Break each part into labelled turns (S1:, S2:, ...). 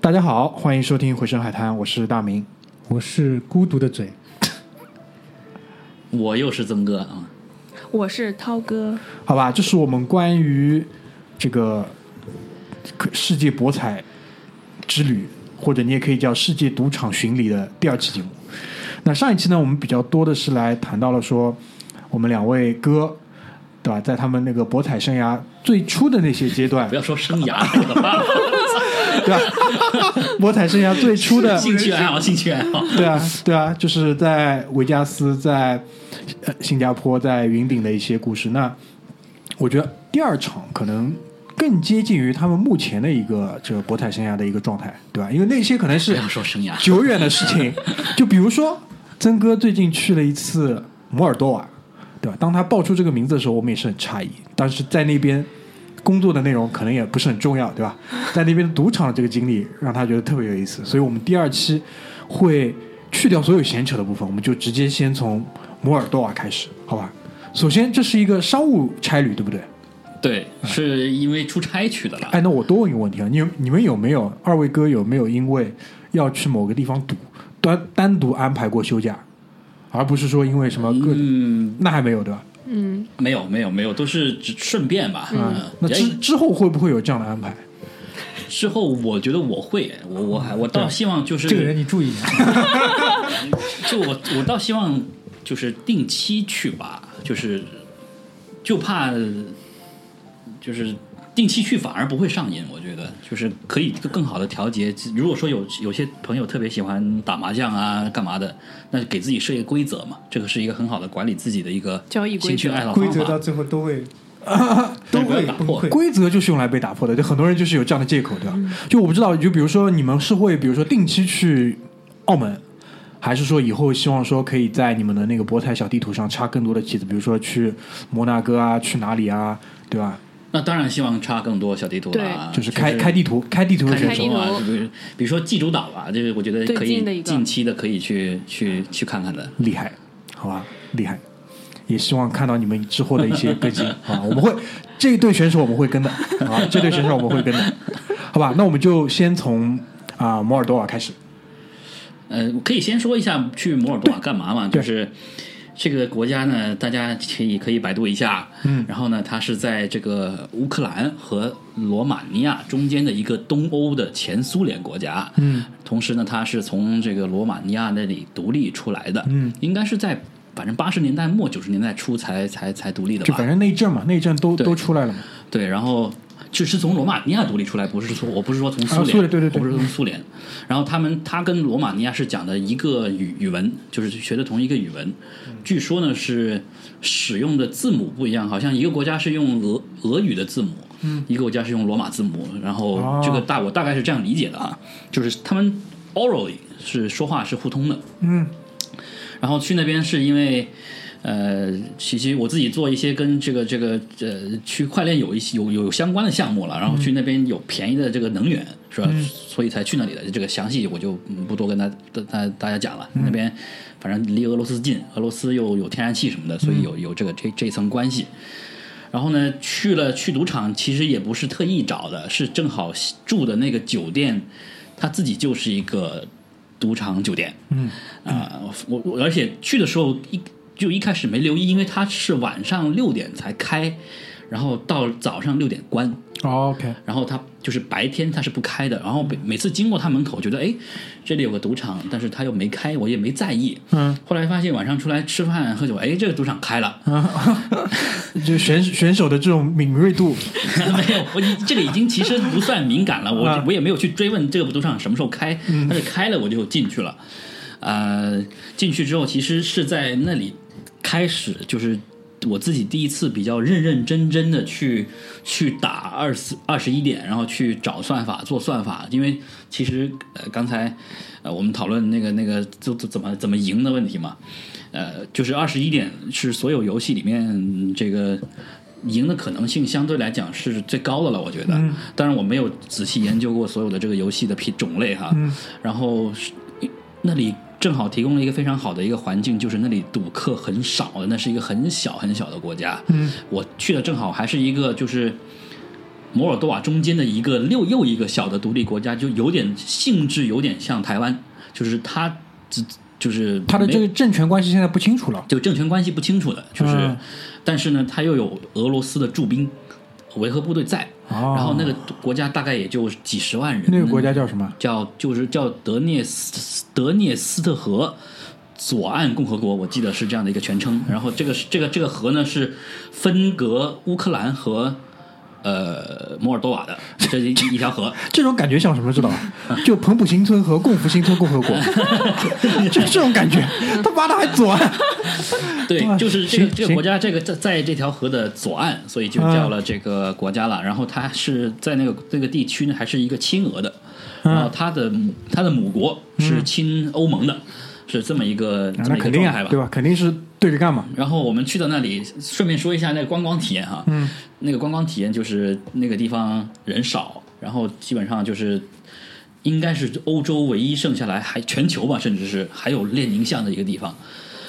S1: 大家好，欢迎收听《回声海滩》，我是大明。
S2: 我是孤独的嘴，
S3: 我又是曾哥啊，
S4: 我是涛哥，
S1: 好吧，这是我们关于这个世界博彩之旅，或者你也可以叫世界赌场巡礼的第二期节目。那上一期呢，我们比较多的是来谈到了说，我们两位哥，对吧，在他们那个博彩生涯最初的那些阶段
S3: 不，要说生涯 了，
S1: 对吧？博彩生涯最初的
S3: 兴趣爱好，兴趣爱好，
S1: 对啊，对啊，就是在维加斯、在呃新加坡、在云顶的一些故事。那我觉得第二场可能更接近于他们目前的一个这个博彩生涯的一个状态，对吧？因为那些可能
S3: 不
S1: 是
S3: 要说生涯，
S1: 久远的事情，就比如说曾哥最近去了一次摩尔多瓦，对吧？当他报出这个名字的时候，我们也是很诧异，但是在那边。工作的内容可能也不是很重要，对吧？在那边赌场的这个经历让他觉得特别有意思，所以我们第二期会去掉所有闲扯的部分，我们就直接先从摩尔多瓦开始，好吧？首先，这是一个商务差旅，对不对？
S3: 对，是因为出差去的了。
S1: 哎，那我多问一个问题啊，你你们有没有二位哥有没有因为要去某个地方赌，单单独安排过休假，而不是说因为什么各、
S3: 嗯，
S1: 那还没有对吧？
S4: 嗯，
S3: 没有没有没有，都是只顺便吧。嗯
S1: 那之
S3: 哎
S1: 之后会不会有这样的安排？
S3: 之后我觉得我会，我我还我倒希望就是
S2: 这个人你注意一下，
S3: 就我我倒希望就是定期去吧，就是就怕就是定期去反而不会上瘾，我觉得就是可以更好的调节。如果说有有些朋友特别喜欢打麻将啊干嘛的，那就给自己设一个规则嘛，这个是一个很好的管理自己的一个
S4: 交易规则
S3: 兴趣爱好
S2: 规
S3: 方
S2: 则到
S3: 法，
S2: 最后都会
S3: 但
S2: 都
S3: 是不要
S2: 会
S3: 打
S2: 崩
S3: 破。
S2: 溃。
S1: 规则就是用来被打破的，就很多人就是有这样的借口，对吧？就我不知道，就比如说你们是会，比如说定期去澳门，还是说以后希望说可以在你们的那个博彩小地图上插更多的棋子，比如说去摩纳哥啊，去哪里啊，对吧？
S3: 那当然希望插更多小地图啊啦，
S1: 就是开开地图，开地图的
S3: 看
S1: 选
S3: 看
S1: 手
S4: 地
S3: 球啊，
S4: 图
S3: 就比如比如说济州岛啊，这个我觉得
S4: 对
S3: 可以
S4: 近的一个
S3: 近期的可以去去去看看的。
S1: 厉害，好吧，厉害。也希望看到你们之后的一些 更新啊！我们会这一对选手我们会跟的啊，这对选手我们会跟的，好吧？那我们就先从啊、摩尔多瓦开始。
S3: 呃，我可以先说一下去摩尔多瓦干嘛嘛？
S1: 对
S3: 就是这个国家呢，大家可以可以百度一下。嗯，然后呢，它是在这个乌克兰和罗马尼亚中间的一个东欧的前苏联国家。嗯，同时呢，它是从这个罗马尼亚那里独立出来的。嗯，应该是在反正八十年代末九十年代初才才才独立的
S1: 就
S3: 吧
S1: 反？正内政嘛，内政都
S3: 对
S1: 都出来了嘛。
S3: 对，然后就是从罗马尼亚独立出来，不是说我不是说从苏
S1: 啊
S3: 联，
S1: 苏联对对对
S3: 我不是从苏联。然后他们他跟罗马尼亚是讲的一个语语文，就是学的同一个语文。
S1: 嗯
S3: 据说呢是使用的字母不一样，好像一个国家是用俄俄语的字母。
S1: 嗯
S3: 一个国家是用罗马字母，然
S1: 哦
S3: 后这个大、我大概是这样理解的啊，就是他们 orally 是说话是互通的，
S1: 嗯，
S3: 然后去那边是因为，呃，其实我自己做一些跟这个这个呃区块链有一些有有相关的项目了，然后去那边有便宜的这个能源，是吧？所以才去那里的。这个详细我就嗯不多跟大大大大家讲了。那边反正离俄罗斯近，俄罗斯又有天然气什么的，所以有有这个这这层关系。然后呢，去了去赌场，其实也不是特意找的，是正好住的那个酒店，它自己就是一个赌场酒店。嗯啊、我我而且去的时候一就一开始没留意，因为它是晚上六点才开，然后到早上六点关。
S1: 哦 OK，
S3: 然后它就是白天它是不开的，然后每每次经过它门口，觉得哎，这里有个赌场，但是它又没开，我也没在意。
S1: 嗯，
S3: 后来发现晚上出来吃饭喝酒，哎，这个赌场开了，
S1: 就选选手的这种敏锐度，
S3: 没有，我已这个已经其实不算敏感了，
S1: 啊
S3: 我我也没有去追问这个赌场什么时候开，但是开了我就进去了。呃，进去之后其实是在那里开始，就是我自己第一次比较认认真真的去去打二十二十一点，然后去找算法做算法，因为其实呃刚才呃我们讨论那个那个就就怎么怎么赢的问题嘛，呃，就是二十一点是所有游戏里面嗯这个赢的可能性相对来讲是最高的了，我觉得。
S1: 嗯
S3: 当然我没有仔细研究过所有的这个游戏的品种类哈，
S1: 嗯
S3: 然后是那里正好提供了一个非常好的一个环境，就是那里赌客很少的，那是一个很小很小的国家。嗯，我去的正好还是一个就是。摩尔多瓦中间的一个又又一个小的独立国家，就有点性质有点像台湾，就是它只就是
S1: 他的
S3: 没
S1: 这个政权关系现在不清楚了。
S3: 就政权关系不清楚的，就是，
S1: 嗯
S3: 但是呢，他又有俄罗斯的驻兵维和部队在，
S1: 哦
S3: 然后那个嗯国家大概也就几十万人，
S1: 那个国家叫什么？
S3: 叫就是叫德涅斯德涅斯特河左岸共和国，我记得是这样的一个全称。然后这个是这个这个河呢是分隔乌克兰和呃摩尔多瓦的这一一条河，
S1: 这种感觉像什么知道吧？就彭浦新村和共福新村共和 国，就这种感觉。他妈的还左岸，
S3: 对，
S1: 哇
S3: 就是这个
S1: 行
S3: 这个
S1: 行嗯
S3: 国家，这个在在这条河的左岸，所以就叫了这个国家了。然后它是在那个那个地区呢，还是一个亲俄的，
S1: 嗯
S3: 然后它的母它的母国是亲欧盟的，是这么一个这么
S1: 那
S3: 一个
S1: 肯定
S3: 状
S1: 嗯
S3: 态
S1: 啊，
S3: 吧
S1: 对。吧？肯定是对着干嘛。
S3: 然后我们去到那里，顺便说一下那个观光体验哈。嗯，那个观光体验就是那个地方人少，然后基本上就是应该是欧洲唯一剩下来还全球吧，甚至是还有列宁像的一个地方。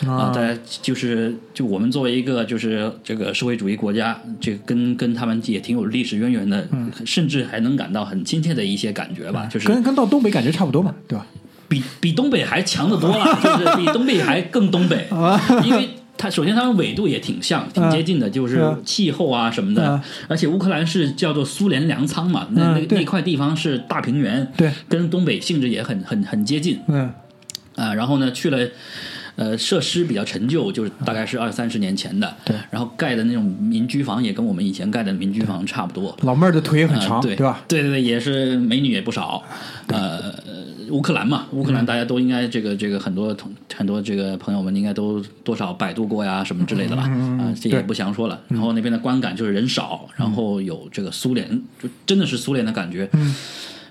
S3: 啊，大家就是就我们作为一个就是这个社会主义国家，这跟跟他们也挺有历史渊源的，甚至还能感到很亲切的一些感觉吧，就是
S1: 跟跟到东北感觉差不多嘛，对吧？
S3: 比比东北还强得多 了，就是比东北还更东北，
S1: 啊
S3: 因为它首先它们纬度也挺像，挺接近的，就是
S1: 嗯
S3: 气候啊什么的
S1: 嗯，
S3: 而且乌克兰是叫做苏联粮仓嘛，那那
S1: 嗯对
S3: 那块地方是大平原，
S1: 对，
S3: 跟东北性质也很很很接近
S1: 嗯，
S3: 啊。然后呢，去了。呃，设施比较陈旧，就是大概是二三十年前的，
S1: 对
S3: 然后盖的那种民居房也跟我们以前盖的民居房差不多，
S1: 老妹儿的腿也很
S3: 啊
S1: 长，
S3: 对
S1: 对吧？？
S3: 对对对，也是美女也不少。呃，乌克兰嘛，乌克兰
S1: 嗯
S3: 大家都应该这个这个很多同很多这个朋友们应该都多少百度过呀什么之类的
S1: 嗯
S3: 吧？啊，这也
S1: 对嗯
S3: 不详说了。然后那边的观感就是人少，然后有这个苏联，就真的是苏联的感觉。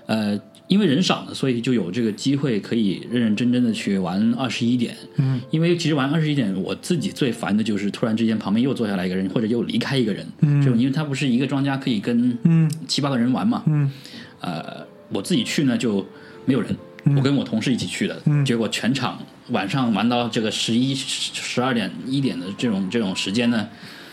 S3: 呃，因为人少呢，所以就有这个机会可以认认真真的去玩二十一点。嗯，因为其实玩二十一点，我自己最烦的就是突然之间旁边又坐下来一个人，或者又离开一个人。嗯，就因为他不是一个庄家可以跟嗯七八个人玩嘛。嗯，呃，我自己去呢就没有人。
S1: 嗯
S3: 我跟我同事一起去的，结果全场晚上玩到这个十一、十二点、一点的这种这种时间呢，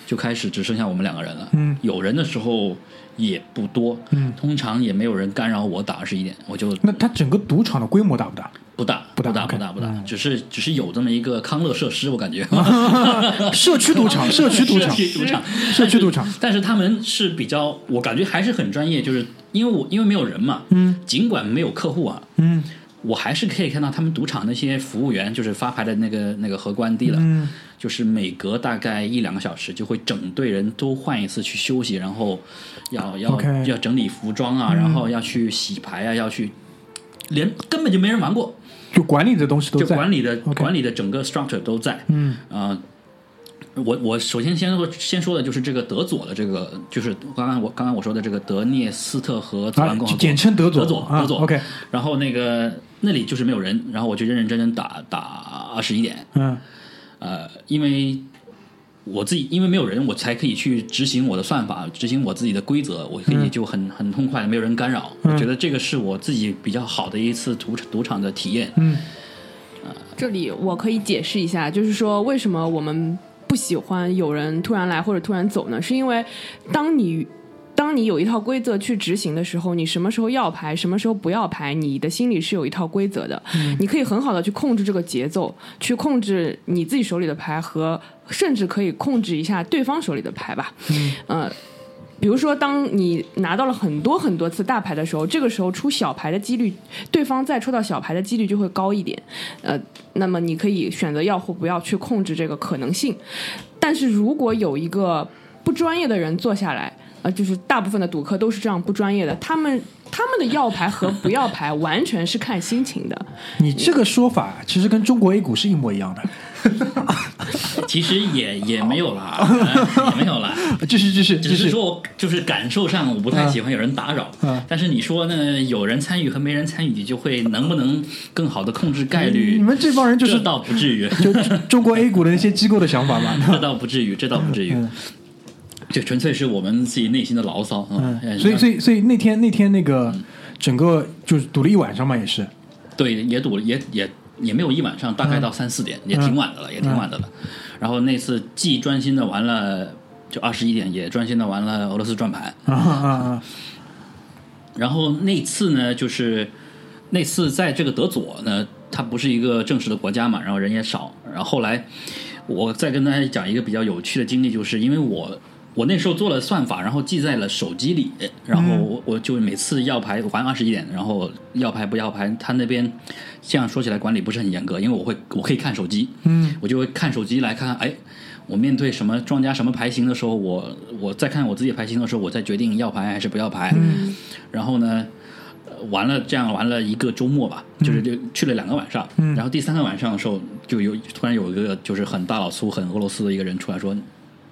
S3: 就开始只剩下我们两个人了。嗯，有人的时候也不多，嗯，通常也没有人干扰我打二十一点，我就
S1: 那它整个赌场的规模大不 大？
S3: 不打
S1: 不
S3: 打
S1: 打
S3: 不打不
S1: OK
S3: 打只是只是有这么一个康乐设施，我 感觉
S1: 社区赌 场，社区赌场
S3: 社，区赌场，
S1: 社区赌场，
S3: 但是他们是比较，我感觉还是很专业，就是因为我因为没有人嘛，嗯，尽管没有客户啊，
S1: 嗯，
S3: 我还是可以看到他们赌场那些服务员，就是发牌的那个那个荷官地了，
S1: 嗯，
S3: 就是每隔大概一两个小时就会整队人都换一次去休息，然后要要
S1: OK 嗯
S3: 要整理服装啊，然后要去洗牌啊，要去。连根本就没人玩过，
S1: 就管理的东西都
S3: 就
S1: 在。
S3: 管理的
S1: OK
S3: 管理的整个 structure 都在。嗯啊、我我首先先说先说的就是这个德佐的这个，就是刚刚我刚刚我说的这个德涅斯特和左岸
S1: 啊
S3: 共和，国，
S1: 简称德佐，
S3: 佐德佐
S1: 啊
S3: 德佐
S1: OK，
S3: 然后那个那里就是没有人，然后我就认认真真打打二十一点，
S1: 嗯，
S3: 呃，因为我自己因为没有人，我才可以去执行我的算法，执行我自己的规则，我可
S1: 嗯
S3: 以就很、很痛快，没有人干扰。我觉得这个是我自己比较好的一次赌场赌场的体验。
S4: 这里我可以解释一下，就是说为什么我们不喜欢有人突然来或者突然走呢？是因为当你当你有一套规则去执行的时候，你什么时候要牌，什么时候不要牌，你的心里是有一套规则的。你可以很好的去控制这个节奏，去控制你自己手里的牌和甚至可以控制一下对方手里的牌吧。嗯、呃。比如说，当你拿到了很多很多次大牌的时候，这个时候出小牌的几率，对方再出到小牌的几率就会高一点。呃，那么你可以选择要或不要去控制这个可能性。但是如果有一个不专业的人坐下来，呃，就是大部分的赌客都是这样不专业的，他们他们的要牌和不要牌完全是看心情的。
S1: 你这个说法其实跟中国 A 股是一模一样的，
S3: 其实也也没 有啦，呃也没有啦，
S1: 继续继续继
S3: 只是
S1: 续，
S3: 说就是感受上我不太喜欢有人打扰。
S1: 嗯
S3: 但是你说呢，有人参与和没人参与，就会能不能更好的控制概率？
S1: 嗯你们这帮人就是
S3: 这倒不 至于，
S1: 就中国 A 股的那些机构的想法嘛。
S3: 这倒不至于，这倒不至于
S1: 嗯。
S3: 这纯粹是我们自己内心的牢骚啊！
S1: 嗯，所以所以所以那天那天那个
S3: 嗯
S1: 整个就是赌了一晚上嘛，也是
S3: 对，也赌了，也也也没有一晚上，
S1: 嗯
S3: 大概到三四点，也挺晚的了，也挺晚的了。然后那次既专心的玩了就二十一点也专心的玩了俄罗斯转盘。
S1: 啊啊啊！
S3: 然后那次呢，就是那次在这个德佐呢，它不是一个正式的国家嘛，然后人也少。然后后来我再跟大家讲一个比较有趣的经历，就是因为我我那时候做了算法，然后记在了手机里，然后我我就每次要牌玩二十一点，然后要牌不要牌，他那边这样说起来管理不是很严格，因为我会我可以看手机，嗯，我就会看手机来看看，哎。我面对什么庄家什么牌型的时候，我我在看我自己牌型的时候，我再决定要牌还是不要牌。嗯、然后呢，呃玩了这样玩了一个周末吧，就是就去了两个晚上。然后第三个晚上的时候，就有突然有一个就是很大老粗、很俄罗斯的一个人出来说：“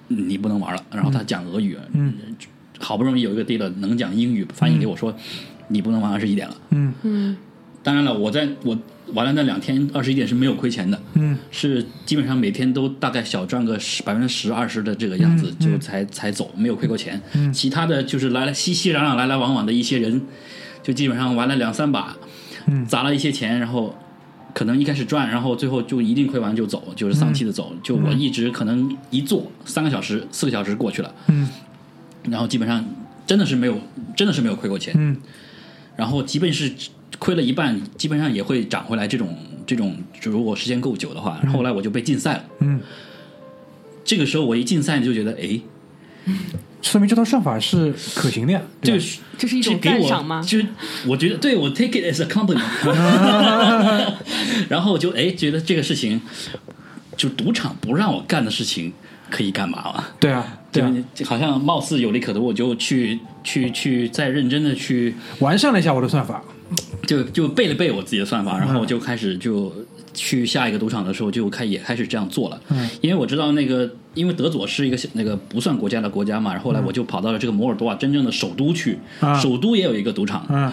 S3: 你不能玩了。”然后他讲俄语，嗯，好不容易有一个 dealer 能讲英语，翻译给我说：“你不能玩二十一点了。”
S1: 嗯
S4: 嗯，
S3: 当然了，我在我玩了那两天，二十一点是没有亏钱的，
S1: 嗯，
S3: 是基本上每天都大概小赚个十百分之十二十的这个样子，就才才走，没有亏过钱。其他的就是来来熙熙攘攘、来来往往的一些人，就基本上玩了两三把，砸了一些钱，然后可能一开始赚，然后最后就一定亏完就走，就是丧气的走。就我一直可能一坐三个小时、四个小时过去了，
S1: 嗯，
S3: 然后基本上真的是没有，真的是没有亏过钱，
S1: 嗯，
S3: 然后即便是亏了一半，基本上也会涨回来。这种这种，就如果时间够久的话，后来我就被禁赛了。
S1: 嗯，
S3: 这个时候我一禁赛就觉得，哎，
S1: 说明这套算法是可行的呀。对啊
S3: 这个
S1: 吧
S3: 是
S4: 这是一种
S3: 给
S4: 赞
S3: 我
S4: 赏吗？
S3: 就是我觉得，对我 take it as a compliment，然后我就哎觉得这个事情，就赌场不让我干的事情，可以干嘛了？
S1: 对啊，对
S3: 就
S1: 啊，
S3: 是好像貌似有利可图，我就去去去再认真的去，
S1: 完善了一下我的算法。
S3: 就就背了背我自己的算法，然
S1: 嗯
S3: 后我就开始就去下一个赌场的时候就开也开始这样做了，
S1: 嗯
S3: 因为我知道那个因为德佐是一个小那个不算国家的国家嘛，然后后来我就跑到了这个摩尔多瓦真正的首都去，
S1: 嗯啊
S3: 首都也有一个赌场，
S1: 嗯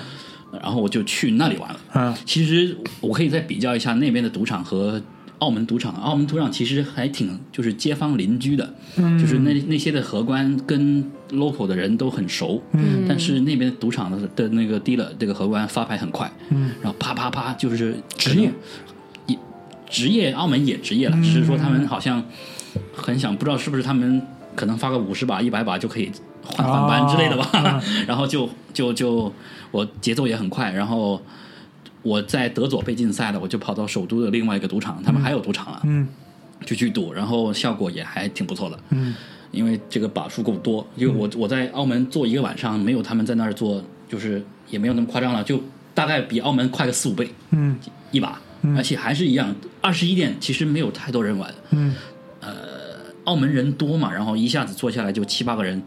S3: 然后我就去那里玩了。
S1: 嗯
S3: 其实我可以再比较一下那边的赌场和澳门赌场，澳门赌场其实还挺就是街坊邻居的，
S1: 嗯
S3: 就是那那些的荷官跟 local 的人都很熟，嗯，但是那边赌场的的那个 dealer 这个荷官发牌很快，嗯，然后啪啪啪就是
S1: 职业嗯
S3: 可能也职业，澳门也职业了，只是说他们好像很想不知道是不是他们可能发个五十把一百把就可以换
S1: 哦
S3: 换班之类的吧，
S1: 嗯
S3: 然后就就就我节奏也很快，然后。我在德佐被禁赛了，我就跑到首都的另外一个赌场，他们还有赌场了，啊
S1: 嗯
S3: 就去赌，然后效果也还挺不错的，
S1: 嗯
S3: 因为这个把数够多。因为我我在澳门做一个晚上，没有他们在那儿做，就是也没有那么夸张了，就大概比澳门快个四五倍
S1: 嗯
S3: 一把，而且还是一样，二十一点其实没有太多人玩，
S1: 嗯
S3: 澳门人多嘛，然后一下子坐下来就七八个人。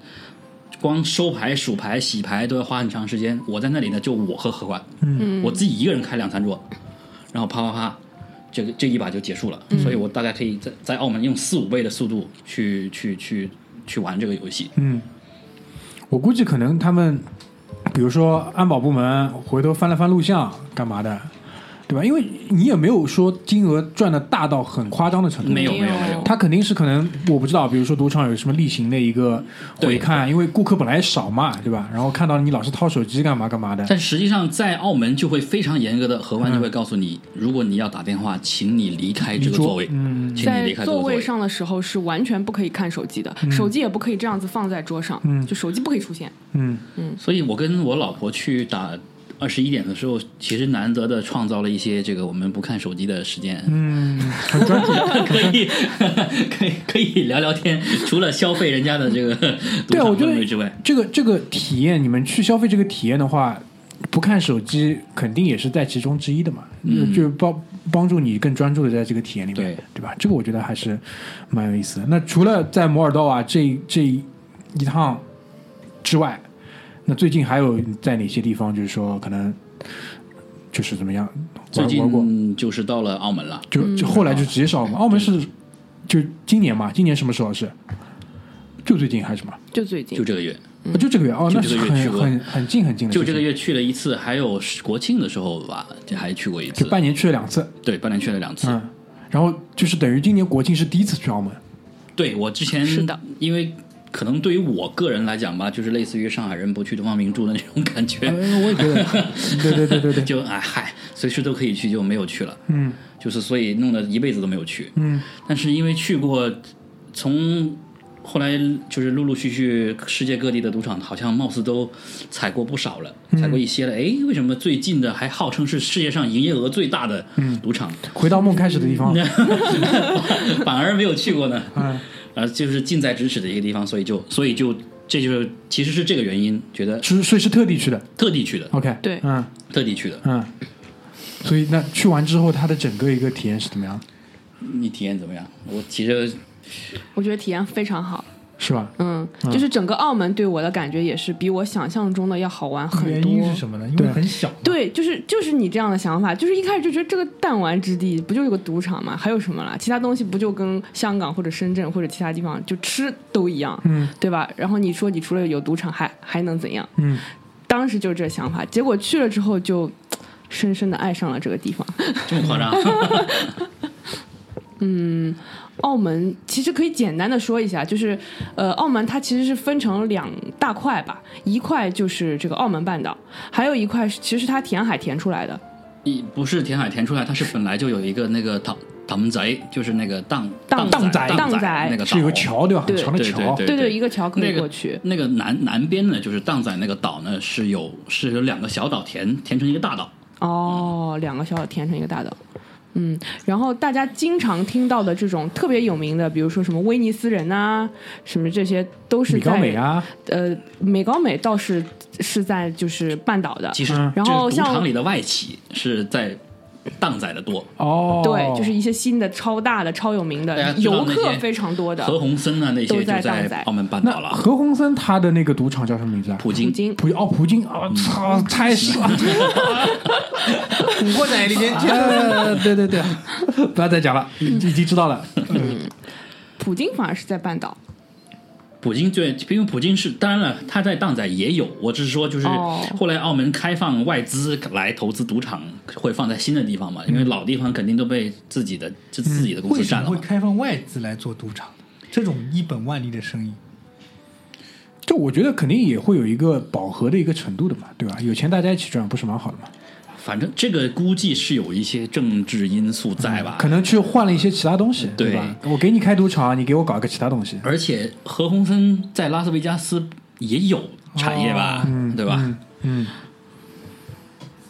S3: 光收牌、数牌、洗牌都要花很长时间。我在那里呢，就我和何欢，
S1: 嗯
S3: 我自己一个人开两三桌，然后啪啪啪，这个这一把就结束了。
S1: 嗯
S3: 所以我大概可以在在澳门用四五倍的速度去去去去玩这个游戏。
S1: 嗯，我估计可能他们，比如说安保部门回头翻了翻录像干嘛的，对吧？因为你也没有说金额赚的大到很夸张的程度，
S3: 没有没有
S4: 没有
S3: 没有，
S1: 他肯定是可能我不知道，比如说赌场有什么例行的一个回看，因为顾客本来少嘛，对吧？然后看到你老是掏手机干嘛干嘛的，
S3: 但实际上在澳门就会非常严格的，荷官就
S1: 嗯
S3: 会告诉你，如果你要打电话，请你离开这个座位，
S1: 嗯
S3: 请你
S4: 在
S3: 离开这个
S4: 座
S3: 位
S4: 位。嗯上的时候是完全不可以看手机的，手机也不可以这样子放在桌上，就手机不可以出现。
S1: 嗯
S3: 所以我跟我老婆去打。二十一点的时候，其实难得的创造了一些这个我们不看手机的时间，
S1: 嗯，很专注。
S3: 可以可以可以聊聊天，除了消费人家的这个赌
S1: 对啊，
S3: 场
S1: 我觉
S3: 氛
S1: 得
S3: 围之外，
S1: 这个这个体验，你们去消费这个体验的话，不看手机肯定也是在其中之一的嘛，
S3: 嗯
S1: 就帮帮助你更专注的在这个体验里面，
S3: 对
S1: 对吧？这个我觉得还是蛮有意思的。那除了在摩尔多瓦这这一趟之外，那最近还有在哪些地方，就是说可能就是怎么样
S3: 最
S1: 玩玩过？
S3: 近嗯就是到了澳门了。
S1: 就就后来就直接上澳门，澳门是就今年嘛？今年什么时候是？就最近还是什么？
S4: 就最近
S3: 就这个月，
S1: 啊就这个月哦，
S3: 嗯就
S1: 那
S3: 这
S1: 是
S3: 个月去
S1: 很
S3: 过
S1: 很很近很近的事
S3: 就
S1: 情，
S3: 这个月去了一次，还有国庆的时候吧，这还去过一次
S1: 就。半年去了两次，
S3: 对，半年去了两次。
S1: 嗯，然后就是等于今年国庆是第一次去澳门，
S3: 对我之前
S4: 是的，
S3: 因为可能对于我个人来讲吧，就是类似于上海人不去东方明珠的那种感觉，
S1: 哎我也觉 得，对对对对对，
S3: 就哎嗨，随时都可以去，就没有去了。
S1: 嗯
S3: 就是所以弄得一辈子都没有去。
S1: 嗯
S3: 但是因为去过，从后来就是陆陆续续世界各地的赌场好像貌似都踩过不少了，
S1: 嗯
S3: 踩过一些了。哎，为什么最近的还号称是世界上营业额最大的
S1: 嗯
S3: 赌场，
S1: 回到梦开始的地方，
S3: 反而没有去过呢？
S1: 嗯，
S3: 啊，就是近在咫尺的一个地方，所以就所以就这就是其实是这个原因，觉得
S1: 是所以是特地去的。
S3: 特地去的，
S1: OK，
S4: 对
S1: 嗯
S3: 特地去的。
S1: 嗯。所以那去完之后，它的整个一个体验是怎么样？
S3: 你体验怎么样？我其实
S4: 我觉得体验非常好。
S1: 是吧？
S4: 嗯，就是整个澳门对我的感觉也是比我想象中的要好玩很
S2: 原
S4: 多。
S2: 因是什么呢？因为
S1: 对
S2: 很 小嘛，
S4: 对，就是就是你这样的想法，就是一开始就觉得这个弹丸之地不就是个赌场嘛，还有什么啦？其他东西不就跟香港或者深圳或者其他地方就吃都一样，
S1: 嗯
S4: 对吧？然后你说你除了有赌场还还能怎样？
S1: 嗯，
S4: 当时就是这想法，结果去了之后就深深的爱上了这个地方。
S3: 这么夸张，啊
S4: 澳门其实可以简单的说一下，就是呃，澳门它其实是分成两大块吧，一块就是这个澳门半岛，还有一块是其实它填海填出来的。
S3: 一不是填海填出来，它是本来就有一个那个塘塘仔，就是那个荡
S4: 荡
S3: 仔
S4: 荡
S3: 仔
S4: 仔
S3: 那个
S1: 是有个
S3: 岛
S1: 桥对吧？很
S4: 对
S1: 长的
S3: 对对
S1: 桥。
S3: 对
S4: 对一个桥可
S3: 那
S4: 以
S3: 个
S4: 过去。
S3: 那个南南边呢，就是荡仔那个岛呢，是有是有两个小岛填填成一个大岛，
S4: 哦，两个小岛填成一个大岛。嗯，然后大家经常听到的这种特别有名的，比如说什么威尼斯人啊，什么这些都是
S1: 米高
S4: 在
S1: 美啊，
S4: 呃美高美倒是是在就是半岛的，
S3: 其实
S1: 嗯
S4: 然后
S3: 就是赌
S4: 像
S3: 场里的外企是在荡仔的多，
S1: 哦，
S4: 对，就是一些新的超大的、超有名
S3: 大家
S4: 的，
S3: 知道
S4: 游
S3: 那
S4: 客
S3: 些
S4: 非常多的。
S3: 何鸿燊啊那些
S4: 都
S3: 就
S4: 在
S3: 在
S4: 荡仔
S3: 澳门半岛
S1: 那
S3: 了，
S1: 何鸿燊他的那个赌场叫什么名字啊？
S3: 普
S4: 普
S3: 京。
S4: 京，
S1: 普哦，普京啊，操，太爽了！
S2: 古惑仔里面
S1: 呃，对对对，不要再讲了，已经知道了。
S4: 普京反而是在半岛。
S3: 普京对，因为普京是当然了，他在荡仔也有，我只是说就是
S4: 哦
S3: 后来澳门开放外资来投资赌场，会放在新的地方嘛，因
S1: 嗯
S3: 为老地方肯定都被自己的自自己的公
S2: 为
S3: 司
S2: 什
S3: 占
S2: 么
S3: 了
S2: 会
S3: 嘛。
S2: 开放外资来做赌场？这种一本万利的生意，
S1: 就我觉得肯定也会有一个饱和的一个程度的嘛，对吧？有钱大家一起赚，不是蛮好的嘛？
S3: 反正这个估计是有一些政治因素在吧。
S1: 可能去换了一些其他东西，
S3: 对
S1: 吧？我给你开赌场，你给我搞一个其他东西，
S3: 而且何鸿燊在拉斯维加斯也有产业吧，对吧？
S1: 哦嗯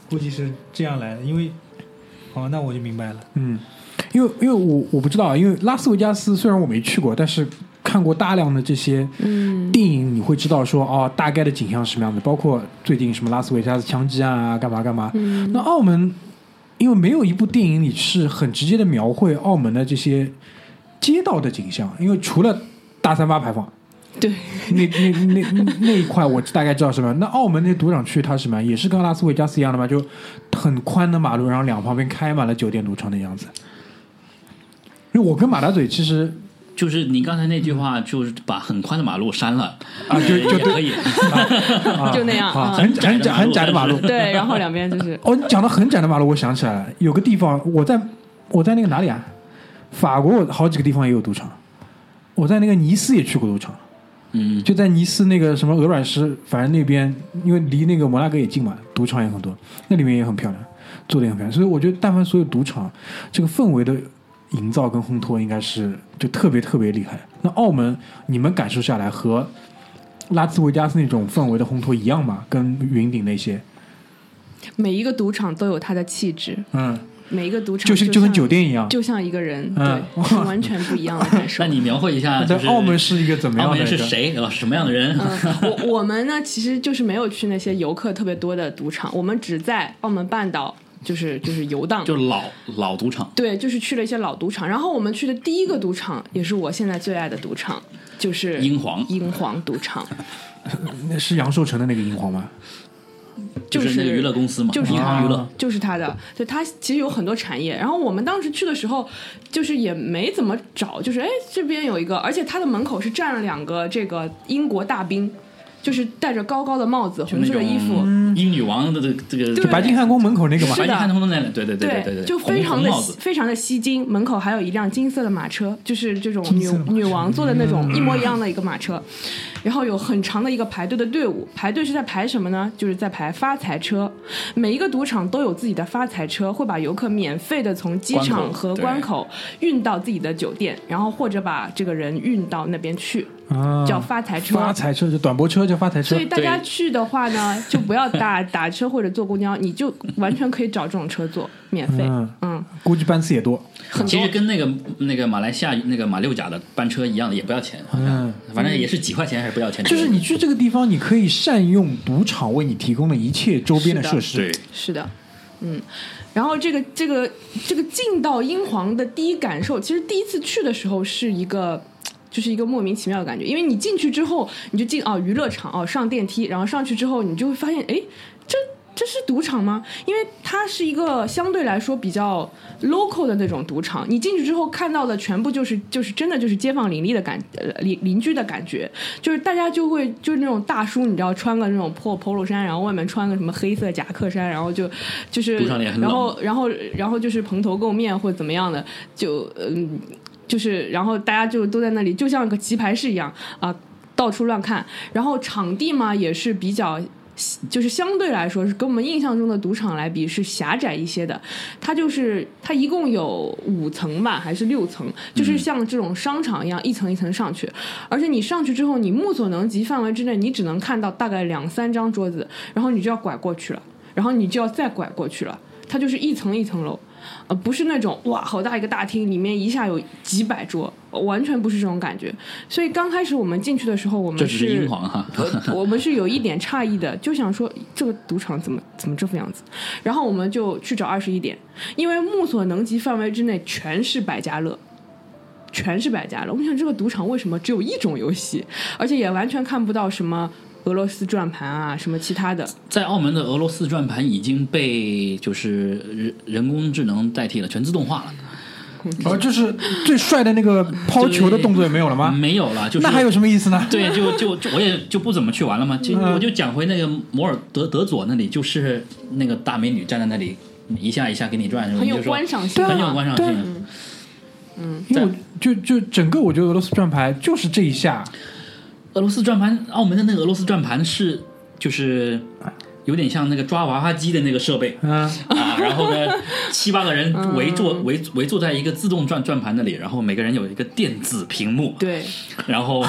S2: 估计是这样来的。因为，哦，那我就明白了。
S1: 嗯，因为因为我我不知道，因为拉斯维加斯虽然我没去过，但是看过大量的这些
S4: 嗯，
S1: 电影你会知道说哦，大概的景象是什么样子，包括最近什么拉斯维加斯枪击案啊，干嘛干嘛。那澳门，因为没有一部电影里是很直接的描绘澳门的这些街道的景象，因为除了大三巴牌坊
S4: 对，
S1: 那那那那那一块，我大概知道什么样。那澳门那赌场区它是什么样，也是跟拉斯维加斯一样的嘛，就很宽的马路，然后两旁边开满了酒店赌场的样子。因为我跟马大嘴其实
S3: 就是你刚才那句话，就是把很宽的马路删了
S1: 啊就就
S3: 也可以。
S1: 啊
S4: 就那样
S1: 啊
S4: 啊
S1: 很很窄很窄的马路，
S4: 对，然后两边就是
S1: 哦，你讲到很窄的马路，我想起来了，有个地方，我在我在那个哪里啊？法国好几个地方也有赌场，我在那个尼斯也去过赌场，
S3: 嗯，
S1: 就在尼斯那个什么鹅卵石，反正那边因为离那个摩纳哥也近嘛，赌场也很多，那里面也很漂亮，做的也很漂亮，所以我觉得但凡所有赌场这个氛围的营造跟烘托，应该是就特别特别厉害。那澳门你们感受下来和拉斯维加斯那种氛围的烘托一样吗？跟云顶那些，
S4: 每一个赌场都有它的气质，
S1: 嗯，
S4: 每一个赌场
S1: 就是就跟
S4: 像
S1: 酒店一样，
S4: 就像一个人，
S1: 嗯
S4: 对，是完全不一样的感受
S3: 那。你描绘一下，
S1: 在
S3: 就是
S1: 澳门是一个怎么
S3: 澳
S1: 样的
S3: 门
S1: 一
S3: 是
S1: 个？
S3: 谁啊？什么样的人？
S4: 嗯， 我我们呢，其实就是没有去那些游客特别多的赌场，我们只在澳门半岛就是就是游荡，
S3: 就老老赌场，
S4: 对，就是去了一些老赌场。然后我们去的第一个赌场，也是我现在最爱的赌场，就是
S3: 英皇
S4: 英皇赌场，
S1: 那是杨受成的那个英皇吗？
S3: 就是那个
S4: 是
S3: 娱乐公司嘛，
S4: 就是啊
S3: 银
S4: 它
S3: 行
S4: 的
S3: 娱乐。
S4: 就是它的，就它其实有很多产业。然后我们当时去的时候，就是也没怎么找，就是哎这边有一个，而且它的门口是站了两个这个英国大兵，就是戴着高高的帽子、
S3: 就
S4: 红
S3: 那
S4: 色的
S3: 种嗯
S4: 衣服，
S1: 嗯
S3: 英女王的这个这个，
S4: 对
S1: 白金汉宫门口那个嘛
S4: 是
S3: 白
S4: 的
S3: 金汉宫那里，对对对对对，
S4: 就
S3: 红
S4: 非常的
S3: 红帽子，
S4: 非常的吸睛。门口还有一辆金色的马车，就是这种
S2: 金
S4: 女
S2: 色的马车
S4: 女王坐的那种一模一样的一个马车。然后有很长的一个排队的队伍，排队是在排什么呢？就是在排发财车。每一个赌场都有自己的发财车，会把游客免费的从机
S3: 关
S4: 场
S3: 口
S4: 和
S3: 对
S4: 关口运到自己的酒店，然后或者把这个人运到那边去，
S1: 啊，
S4: 叫发财车。
S1: 发财车，就短驳车叫发财车
S4: 所以。大家
S3: 对
S4: 去的话呢，就不要打 打车或者坐公交，你就完全可以找这种车坐，免费。
S1: 嗯
S4: 嗯，
S1: 估计班次也多，
S4: 很
S3: 其
S4: 多
S3: 实跟那个那个马来西亚那个马六甲的班车一样的，也不要钱，好像、
S1: 嗯
S3: 反正也是几块钱还是不要钱。
S1: 就是你去这个地方，你可以善用赌场为你提供的一切周边的设施。
S3: 对，
S4: 是的，嗯。然后这个这个这个进到英皇的第一感受，其实第一次去的时候是一个。就是一个莫名其妙的感觉，因为你进去之后，你就进哦娱乐场哦上电梯，然后上去之后，你就会发现，哎，这这是赌场吗？因为它是一个相对来说比较 local 的那种赌场，你进去之后看到的全部就是就是真的就是街坊邻里的感呃邻邻居的感觉，就是大家就会就是那种大叔，你知道穿个那种破 polo 衫，然后外面穿个什么黑色夹克衫，然后就就是
S3: 赌场里很冷
S4: 然后然后然后就是蓬头垢面或者怎么样的，就嗯就是然后大家就都在那里，就像个棋牌室一样啊，到处乱看，然后场地嘛也是比较。就是相对来说是跟我们印象中的赌场来比是狭窄一些的。它就是它一共有五层吧，还是六层？
S3: 嗯
S4: 就是像这种商场一样，一层一层上去。而且你上去之后，你目所能及范围之内，你只能看到大概两三张桌子，然后你就要拐过去了，然后你就要再拐过去了。它就是一层一层楼，呃，不是那种哇，好大一个大厅，里面一下有几百桌，完全不是这种感觉。所以刚开始我们进去的时候，我们
S3: 这只是英皇哈。
S4: 我我们是有一点诧异的，就想说这个赌场怎么怎么这副样子，然后我们就去找二十一点，因为目所能及范围之内全是百家乐，全是百家乐。我们想这个赌场为什么只有一种游戏，而且也完全看不到什么俄罗斯转盘啊，什么其他的。
S3: 在澳门的俄罗斯转盘已经被就是人人工智能代替了，全自动化了，
S1: 哦，就是最帅的那个抛球的动作也没有了
S4: 嗯
S1: 吗？
S3: 没有了，就是
S1: 那还有什么意思呢？
S3: 对，就就就我也就不怎么去玩了嘛，就
S4: 嗯
S3: 我就讲回那个摩尔德德佐那里，就是那个大美女站在那里一下一下给你转，
S4: 很有
S3: 我就说
S4: 观赏性
S3: 很
S4: 对
S3: 有
S4: 啊
S3: 观赏性。
S1: 因为我就就整个，我觉得俄罗斯转牌就是这一下，
S3: 俄罗斯转盘，澳门的那个俄罗斯转盘是就是有点像那个抓娃娃机的那个设备，
S1: 嗯，
S3: 啊，然后呢，七八个
S4: 嗯
S3: 人围坐围围坐在一个自动转转盘那里，然后每个人有一个电子屏幕，
S4: 对，
S3: 然后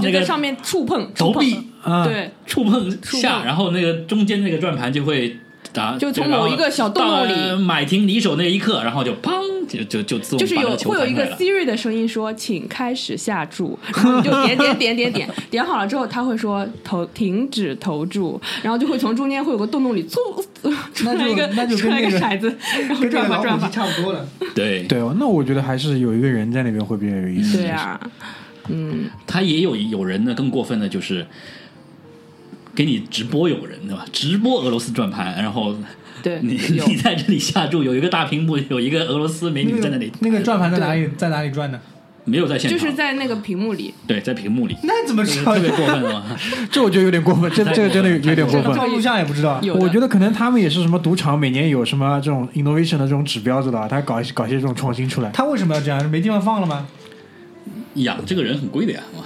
S3: 那
S4: 就在
S3: 个
S4: 上面触碰
S3: 投
S4: 触碰，
S3: 币
S1: 啊，
S4: 对，
S3: 触碰
S4: 触
S3: 下，
S4: 碰
S3: 然后那个中间那个转盘就会。啊，
S4: 就从
S3: 然后
S4: 某一个小洞洞里
S3: 到买停离手那一刻，然后就砰，就就就自动
S4: 就是
S3: 把那
S4: 有
S3: 球
S4: 会有一
S3: 弹出来
S4: 个
S3: 了
S4: Siri 的声音说：“请开始下注。”然后你就点点点点点点好了之后，他会说投停止投注，然后就会从中间会有个洞洞里嗖呃出
S2: 那就
S4: 来一个
S2: 那就跟
S4: 出来一
S2: 那个
S4: 骰子，然后
S2: 跟这个
S4: 转吧
S2: 老
S4: 转
S2: 虎
S4: 吧
S2: 机。差不多了。
S3: 对，
S1: 对哦，那我觉得还是有一个人在那边会比较有意思。
S4: 对啊，嗯，
S3: 他也有有人呢，更过分的就是给你直播有人对吧？直播俄罗斯转盘，然后
S4: 对，
S3: 你
S4: 有
S3: 你在这里下注，有一个大屏幕，有一个俄罗斯美哎女在那里，
S2: 那个转盘在哪里？在哪里转的？
S3: 没有在现
S4: 就
S3: 场，
S4: 是在那个屏幕里，
S3: 对，在屏 幕里，
S2: 那怎么知道
S3: 特？别过分了。
S1: 这我觉得有点过分，这
S3: 太
S1: 这个真的有有点 过
S2: 照
S1: 分。
S2: 录像也不知道。
S4: 有的
S1: 我觉得可能他们也是什么赌场每年有什么这种 innovation 的这种指标，知道吧？他搞一些搞一些这种创新出来。
S2: 他为什么要这样？是没地方放了吗？
S3: 养这个人很贵的呀，哇